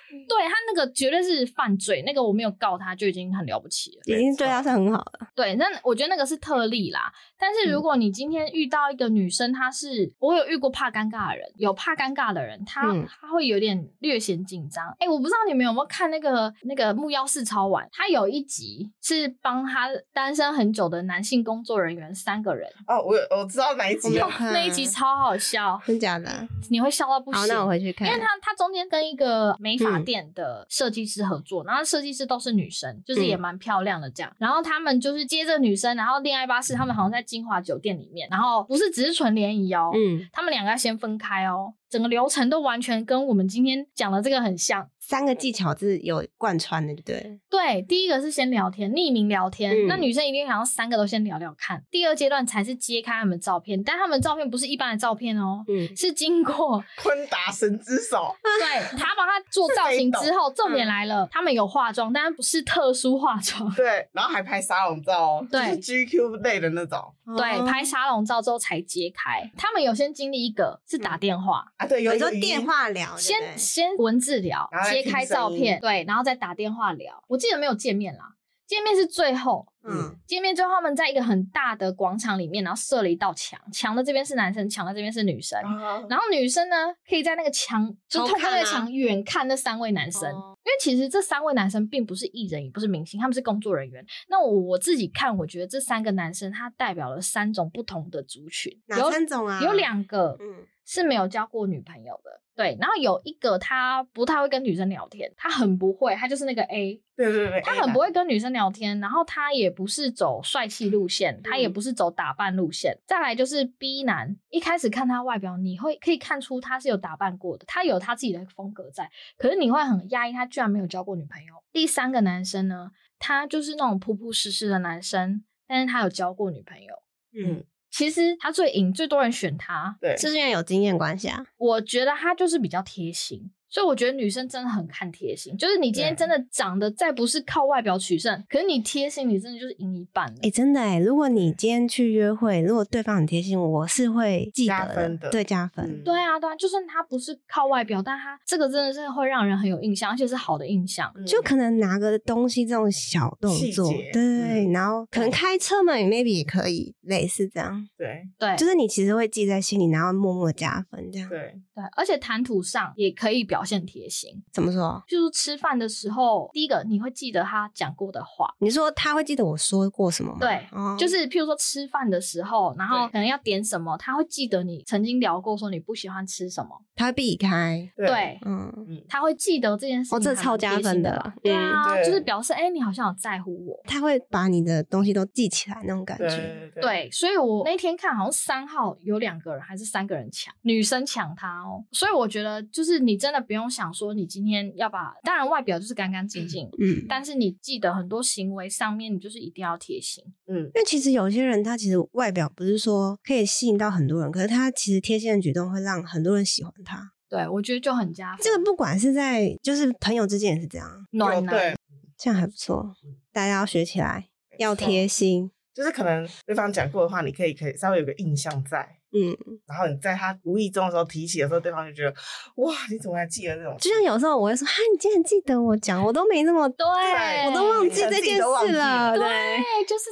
S3: 对他那个绝对是犯罪，那个我没有告他就已经很了不起了。
S2: 已经对他啊是很好了。
S3: 对，那我觉得那个是特例啦。但是
S2: 嗯
S3: 如果你今天遇到一个女生，她是我有遇过怕尴尬的人，有怕尴尬的人，她、
S2: 嗯
S3: 她会有点略显紧张。哎、我不知道你们有没有看那个那个木曜四超玩，他有一集是帮他单身很久的男性工作人员三个人，
S4: 哦，我有我知道哪一集了，
S3: 哦，那一集超好笑，
S2: 真假的？
S3: 你会笑到不
S2: 嗯
S3: 行。
S2: 好，那我回去看。
S3: 因为他他中间跟一个美
S2: 嗯
S3: 发店的设计师合作，然后设计师都是女生，就是
S2: 嗯
S3: 也蛮漂亮的这样。然后他们就是接着女生，然后恋爱巴士，他们好像在金华酒店里面，然后不是只是纯联谊哦，
S2: 嗯，
S3: 他们两个要先分开哦，整个流程都完全跟我们今天讲的这个很像。
S2: 三个技巧是有贯穿的，对不对？
S3: 对，第一个是先聊天，匿名聊天。
S2: 嗯
S3: 那女生一定想要三个都先聊聊看。第二阶段才是揭开他们照片，但他们照片不是一般的照片哦，
S2: 嗯，
S3: 是经过
S4: 昆达神之手，
S3: 对他帮他做造型之后，重点来了，他们有化妆，但不是特殊化妆。
S4: 对，然后还拍沙龙照哦，就
S3: 对
S4: 是 GQ 类的那种
S3: 对，
S2: 哦
S3: 拍沙龙照之后才揭开。他们有先经历一个是打电话，
S4: 啊，对，有
S2: 你
S4: 一个
S2: 说
S4: 语音
S2: 电，话聊，对不对
S3: 先先文字聊
S4: 哦然，后再
S3: 揭
S4: 听
S3: 开
S4: 声
S3: 照
S4: 音
S3: 片，对，然后再打电话聊。我记得没有见面啦，见面是最后，
S2: 嗯，
S3: 见面之后他们在一个很大的广场里面，然后设了一道墙，墙的这边是男生，墙的这边是女生。
S4: 啊，
S3: 然后女生呢，可以在那个墙，就
S2: 偷
S3: 是透过
S2: 看
S3: 那个
S2: 啊
S3: 墙远看那三位男生，
S2: 哦
S3: 因为其实这三位男生并不是艺人，也不是明星，他们是工作人员。那我我自己看，我觉得这三个男生他代表了三种不同的族群，
S2: 哪
S3: 有
S2: 三种啊？
S3: 有，两个
S2: 嗯，
S3: 是没有交过女朋友的，对，然后有一个他不太会跟女生聊天，他很不会，他就是那个 A，
S4: 对对对，
S3: 他
S4: A
S3: 很
S4: 男
S3: 不会跟女生聊天，然后他也不是走帅气路线，他也不是走打扮路线。再来就是 B 男，一开始看他外表，你会可以看出他是有打扮过的，他有他自己的风格在，可是你会很压抑，他居然没有交过女朋友。第三个男生呢，他就是那种朴朴实实的男生，但是他有交过女朋友。
S2: 嗯，
S3: 其实他最引最多人选他，
S4: 对，嗯
S2: 是因为有经验关系啊。
S3: 我觉得他就是比较贴心，所以我觉得女生真的很看贴心。就是你今天
S4: 对
S3: 真的长得再不是靠外表取胜，可是你贴心，你真的就是赢一半了。
S2: 哎，真的哎，如果你今天去约会，如果对方很贴心，我是会记
S4: 加
S2: 得
S4: 分的
S2: 对，加分。
S4: 嗯
S3: 对啊，对啊，就算他不是靠外表，但他这个真的是会让人很有印象，而且是好的印象。
S4: 嗯
S2: 就可能拿个东西这种小动
S4: 细
S2: 作，
S4: 节
S2: 对，
S4: 嗯
S2: 然后可能开车门 maybe 也可以类似这样，
S4: 对
S3: 对，
S2: 就是你其实会记在心里，然后默默加分这样。
S4: 对，
S3: 哎对，而且谈吐上也可以表现贴心。
S2: 怎么说？
S3: 就是吃饭的时候，第一个你会记得他讲过的话，
S2: 你说他会记得我说过什么吗？
S3: 对
S2: 哦
S3: 就是譬如说吃饭的时候，然后
S4: 对
S3: 可能要点什么，他会记得你曾经聊过说你不喜欢吃什么，
S2: 他会避开，
S4: 对
S3: 对，
S2: 嗯，
S4: 嗯，
S3: 他会记得这件事情，
S2: 哦这
S3: 还蛮
S2: 超加
S3: 贴心
S2: 分的
S3: 的
S2: 啦
S3: 吧？对
S4: 嗯
S3: 啊，
S4: 对
S3: 就是表示哎、你好像有在乎我。
S2: 他会把你的东西都记起来那种感
S4: 对
S2: 觉。
S4: 对
S3: 对，所以我那天看好像三号有两个人还是三个人抢，女生抢他哦，所以我觉得就是你真的不用想说你今天要把，当然外表就是干干净净，
S2: 嗯，
S3: 但是你记得很多行为上面你就是一定要贴心，
S4: 嗯，
S2: 因为其实有些人他其实外表不是说可以吸引到很多人，可是他其实贴心的举动会让很多人喜欢他。
S3: 对我觉得就很加分，
S2: 这个不管是在就是朋友之间也是这样，
S3: 暖
S4: 就
S3: 男
S4: 哦对，
S2: 这样还不错，大家要学起来，要
S4: 没错
S2: 贴心。
S4: 就是可能对方讲过的话，你可以可以稍微有个印象在，
S2: 嗯，
S4: 然后你在他无意中的时候提起的时候，对方就觉得哇，你怎么还记得这种事？
S2: 就像有时候我会说，哈，你竟然记得我讲，我都没那么，
S3: 对，
S4: 对
S2: 我都忘记
S4: 可能
S2: 这
S4: 自己
S2: 件
S4: 都忘
S2: 事
S4: 记
S2: 了。
S4: 了
S2: 对，
S3: 对，就是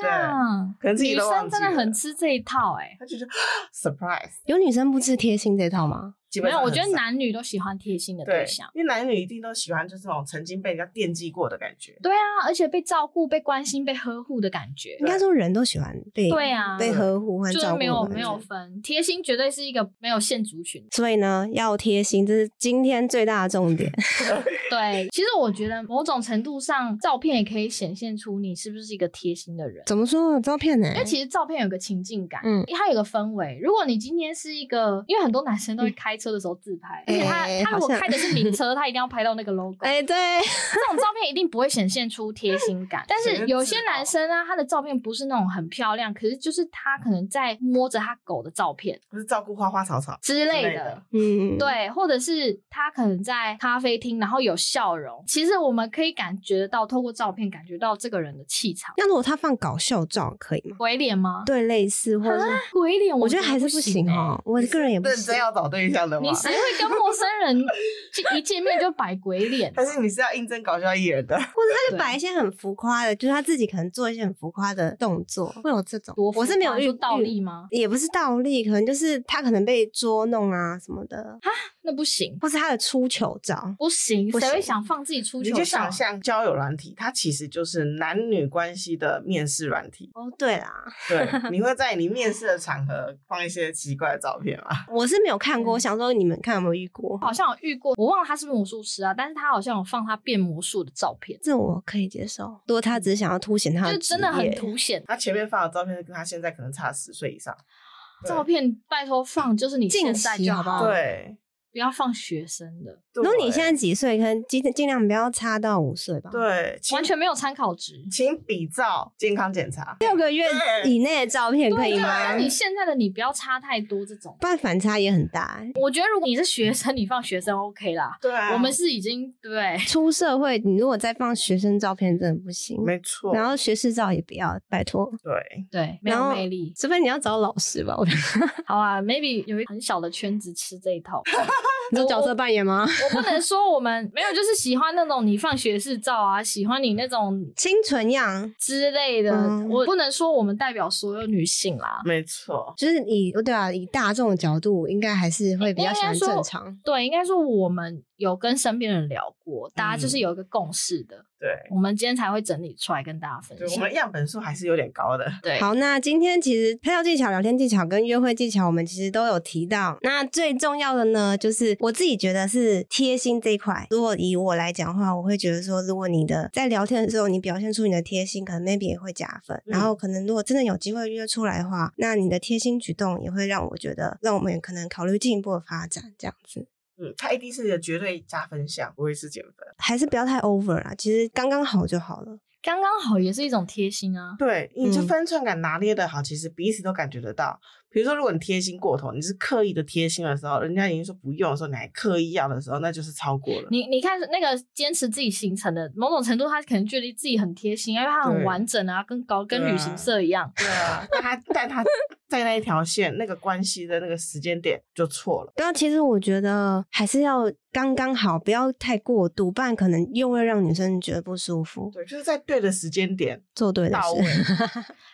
S3: 这样。
S4: 可能自己
S3: 女
S4: 都忘
S3: 生
S4: 记
S3: 真
S4: 了
S3: 的很吃这一套、哎，
S4: 他就是 surprise，
S2: 有女生不吃贴心这套吗？
S4: 基
S3: 没
S4: 本
S3: 有，
S4: 上
S3: 我
S4: 很
S3: 觉得
S4: 少
S3: 男女都喜欢贴心的
S4: 对
S3: 对象，。
S4: 因为男女一定都喜欢就是那种曾经被人家惦记过的感觉，
S3: 对啊，而且被照顾、被关心、被呵护的感觉
S2: 应。该说人都喜欢被
S3: 对啊，
S2: 被呵护和
S3: 就是
S2: 照顾
S3: 没有
S2: 的感
S3: 没有
S2: 觉。
S3: 分，贴心绝对是一个没有限族群。
S2: 所以呢，要贴心，这是今天最大的重点。
S3: 对，其实我觉得某种程度上，照片也可以显现出你是不是一个贴心的人。
S2: 怎么说啊照片呢？
S3: 因哎为其实照片有个情境感，
S2: 嗯
S3: 嗯，它有个氛围。如果你今天是一个，因为很多男生都会开车的时候自拍，而且
S2: 嗯
S3: 他、
S2: 哎
S3: 他如果
S2: 好像
S3: 开的是名车，他一定要拍到那个 logo。
S2: 哎，对，
S3: 这种照片一定不会显现出贴心感，但是有些男生啊，他的照片不是那种很漂亮，可是就是他可能在摸着他狗的照片
S4: 不是照顾花花草草。
S3: 之
S4: 之
S3: 类
S4: 类
S3: 的
S4: 的，
S2: 嗯，
S3: 对，或者是他可能在咖啡厅，然后有笑容。其实我们可以感觉得到，透过照片感觉到这个人的气场。
S2: 那如果他放搞笑照可以吗？
S3: 鬼脸吗？
S2: 对，类似或者是
S3: 啊，鬼脸，
S2: 我觉得还是
S3: 不哦
S2: 不行
S3: 欸。
S2: 哦，我个人也不
S4: 认
S2: 行
S4: 真。要找对象的吗
S3: 你？谁会跟陌生人见一见面就摆鬼 脸啊？
S4: 但是你是要应征搞笑艺人的，
S2: 或者他就
S3: 对
S2: 摆一些很浮夸的，就是他自己可能做一些很浮夸的动作，会有这种。
S3: 多浮
S2: 我是没有
S3: 夸
S2: 遇
S3: 说倒立
S2: 遇
S3: 吗
S2: 也不是倒立，可能就是他可能被捉弄啊什么的。
S3: 那不行，
S2: 或是他的出糗照，
S3: 不行，
S2: 不
S3: 谁
S2: 行。
S3: 会想放自己出糗
S4: 你
S3: 照？
S4: 就想象交友软体，它其实就是男女关系的面试软体
S2: 哦，对啦，
S4: 对，你会在你面试的场合放一些奇怪的照片吗？
S2: 我是没有看过，我想说你们看有没有遇过？
S3: 嗯好像有遇过，我忘了他是不是魔术师啊，但是他好像有放他变魔术的照片，
S2: 这我可以接受。如果他只是想要凸显他
S3: 就
S2: 的
S3: 真的
S2: 职业
S3: 很凸显。
S4: 他前面发的照片跟他现在可能差十岁以上。对
S3: 照片拜托放，就是你现在
S2: 近期
S3: 就
S2: 好不
S3: 好，
S2: 好
S4: 对，
S3: 不要放学生的，
S4: 如
S2: 如果你现在几岁，可能尽尽量不要差到五岁吧。，
S4: 对，请
S3: 完全没有参考值。
S4: 请比照健康检查。
S2: 六个月以内的照片可以
S3: 对啊
S2: 吗
S3: 那？你现在的你不要差太多这种。
S2: 不然反差也很大、欸。
S3: 我觉得如果你是学生，你放学生 OK 啦。
S4: 对啊，
S3: 我们是已经对，
S2: 出社会，你如果再放学生照片，真的不行。
S4: 没错。
S2: 然后学士照也不要，拜托，
S4: 对，
S3: 对，没有
S2: 然后
S3: 魅力。
S2: 除非你要找老师吧。 我觉得
S3: 好啊，maybe 有一很小的圈子吃这一套。
S2: 你说角色扮演吗？
S3: 我不能说我们没有，就是喜欢那种你放学士照啊，喜欢你那种
S2: 清纯样，
S3: 之类的。
S2: 嗯
S3: 我不能说我们代表所有女性啦。
S4: 没错。
S2: 就是以对啊，以大众的角度，应该还是会比较喜欢
S3: 应该说
S2: 正常。
S3: 对，应该说我们有跟身边人聊过，大
S2: 嗯
S3: 家就是有一个共识的，
S4: 对，
S3: 我们今天才会整理出来跟大家分
S4: 对，我
S3: 享
S4: 们。样本数还是有点高的。
S3: 对，
S2: 好，那今天其实拍照技巧、聊天技巧跟约会技巧，我们其实都有提到。那最重要的呢，就是我自己觉得是贴心这一块。如果以我来讲的话，我会觉得说，如果你的在聊天的时候，你表现出你的贴心，可能 maybe 也会加分。然后可能如果真的有机会约出来的话，那你的贴心举动也会让我觉得，让我们可能考虑进一步的发展这样子。
S4: 嗯，它一定是个绝对加分项，不会是减分。
S2: 还是不要太 over 啦，其实刚刚好就好了。
S3: 刚刚好也是一种贴心啊。
S4: 对，你这
S2: 嗯
S4: 分寸感拿捏的好，其实彼此都感觉得到。比如说，如果你贴心过头，你是刻意的贴心的时候，人家已经说不用的时候，你还刻意要的时候，那就是超过了。
S3: 你你看那个坚持自己行程的，某种程度他可能觉得自己很贴心，因为他很
S4: 对
S3: 完整啊，跟搞跟
S4: 对啊
S3: 旅行社一样。
S4: 对啊，但他但他在那一条线、那个关系的那个时间点就错了。
S2: 对啊，其实我觉得还是要刚刚好，不要太过度，不然可能又会让女生觉得不舒服。
S4: 对，就是在对的时间点
S2: 做对的
S4: 到位。
S2: 事。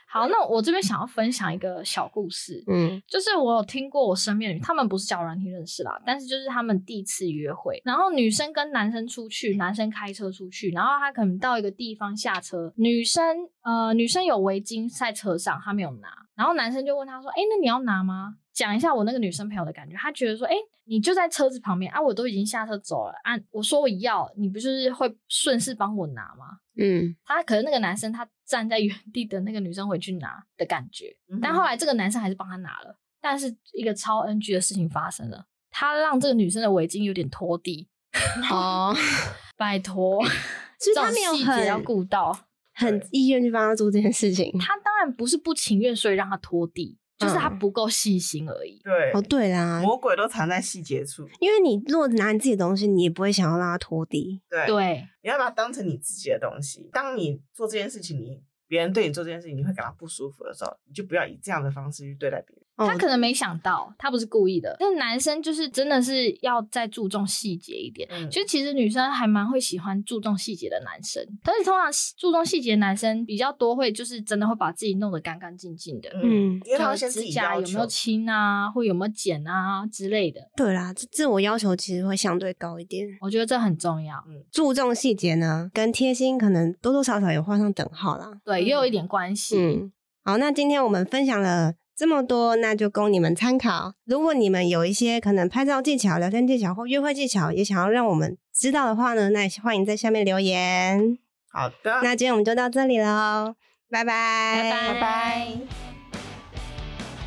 S3: 好，那我这边想要分享一个小故事，
S2: 嗯，
S3: 就是我有听过我身边的人，他们不是交友软体认识啦，但是就是他们第一次约会，然后女生跟男生出去，男生开车出去，然后他可能到一个地方下车，女生呃女生有围巾在车上，她没有拿，然后男生就问她说：“哎、那你要拿吗？”讲一下我那个女生朋友的感觉，她觉得说：“哎、你就在车子旁边啊，我都已经下车走了啊，我说我要，你不就是会顺势帮我拿吗？”
S2: 嗯，
S3: 他可能那个男生他站在原地等那个女生回去拿的感觉，
S4: 嗯
S3: 但后来这个男生还是帮他拿了，但是一个超 NG 的事情发生了，他让这个女生的围巾有点拖地，
S2: 哦，
S3: 拜托，
S2: 所以
S3: 这
S2: 他
S3: 种
S2: 没有
S3: 细节要
S2: 很
S3: 顾到。
S2: 很意愿去帮他做这件事情。
S3: 他当然不是不情愿，所以让他拖地，就是他
S2: 嗯
S3: 不够细心而已。
S4: 对，
S2: 哦，对
S3: 啊
S2: 啦，
S4: 魔鬼都藏在细节处。
S2: 因为你如果拿你自己的东西，你也不会想要让他拖地。
S4: 对，
S3: 对，
S4: 你要把它当成你自己的东西。当你做这件事情，你别人对你做这件事情，你会感到不舒服的时候，你就不要以这样的方式去对待别人。
S2: 哦
S3: 他可能没想到，他不是故意的。但男生就是真的是要再注重细节一点。
S4: 嗯
S3: 就其实女生还蛮会喜欢注重细节的男生，但是通常注重细节的男生比较多，会就是真的会把自己弄得干干净净的。
S2: 嗯
S4: 因为他会
S3: 就
S4: 先自
S3: 啊指
S4: 己
S3: 甲
S4: 要
S3: 有
S4: 求，
S3: 没有清啊，或有没有剪啊之类的，
S2: 对啦，自自我要求其实会相对高一点，
S3: 我觉得这很重要。
S2: 注重细节呢，跟贴心可能多多少少有画上等号啦。
S3: 对，也有一点关系。
S2: 嗯，好，那今天我们分享了这么多，那就供你们参考。如果你们有一些可能拍照技巧、聊天技巧或约会技巧，也想要让我们知道的话呢，那也欢迎在下面留言。
S4: 好 的，
S2: 那今天我们就到这里喽，拜拜，
S3: 拜拜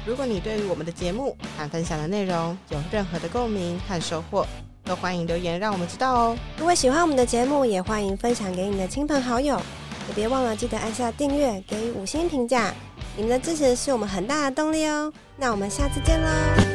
S1: 如果你对于我们的节目和分享的内容有任何的共鸣和收获，都欢迎留言让我们知道哦。
S2: 如果喜欢我们的节目，也欢迎分享给你的亲朋好友，也别忘了记得按下订阅，给予五星评价。你们的支持是我们很大的动力哦。那我们下次见喽。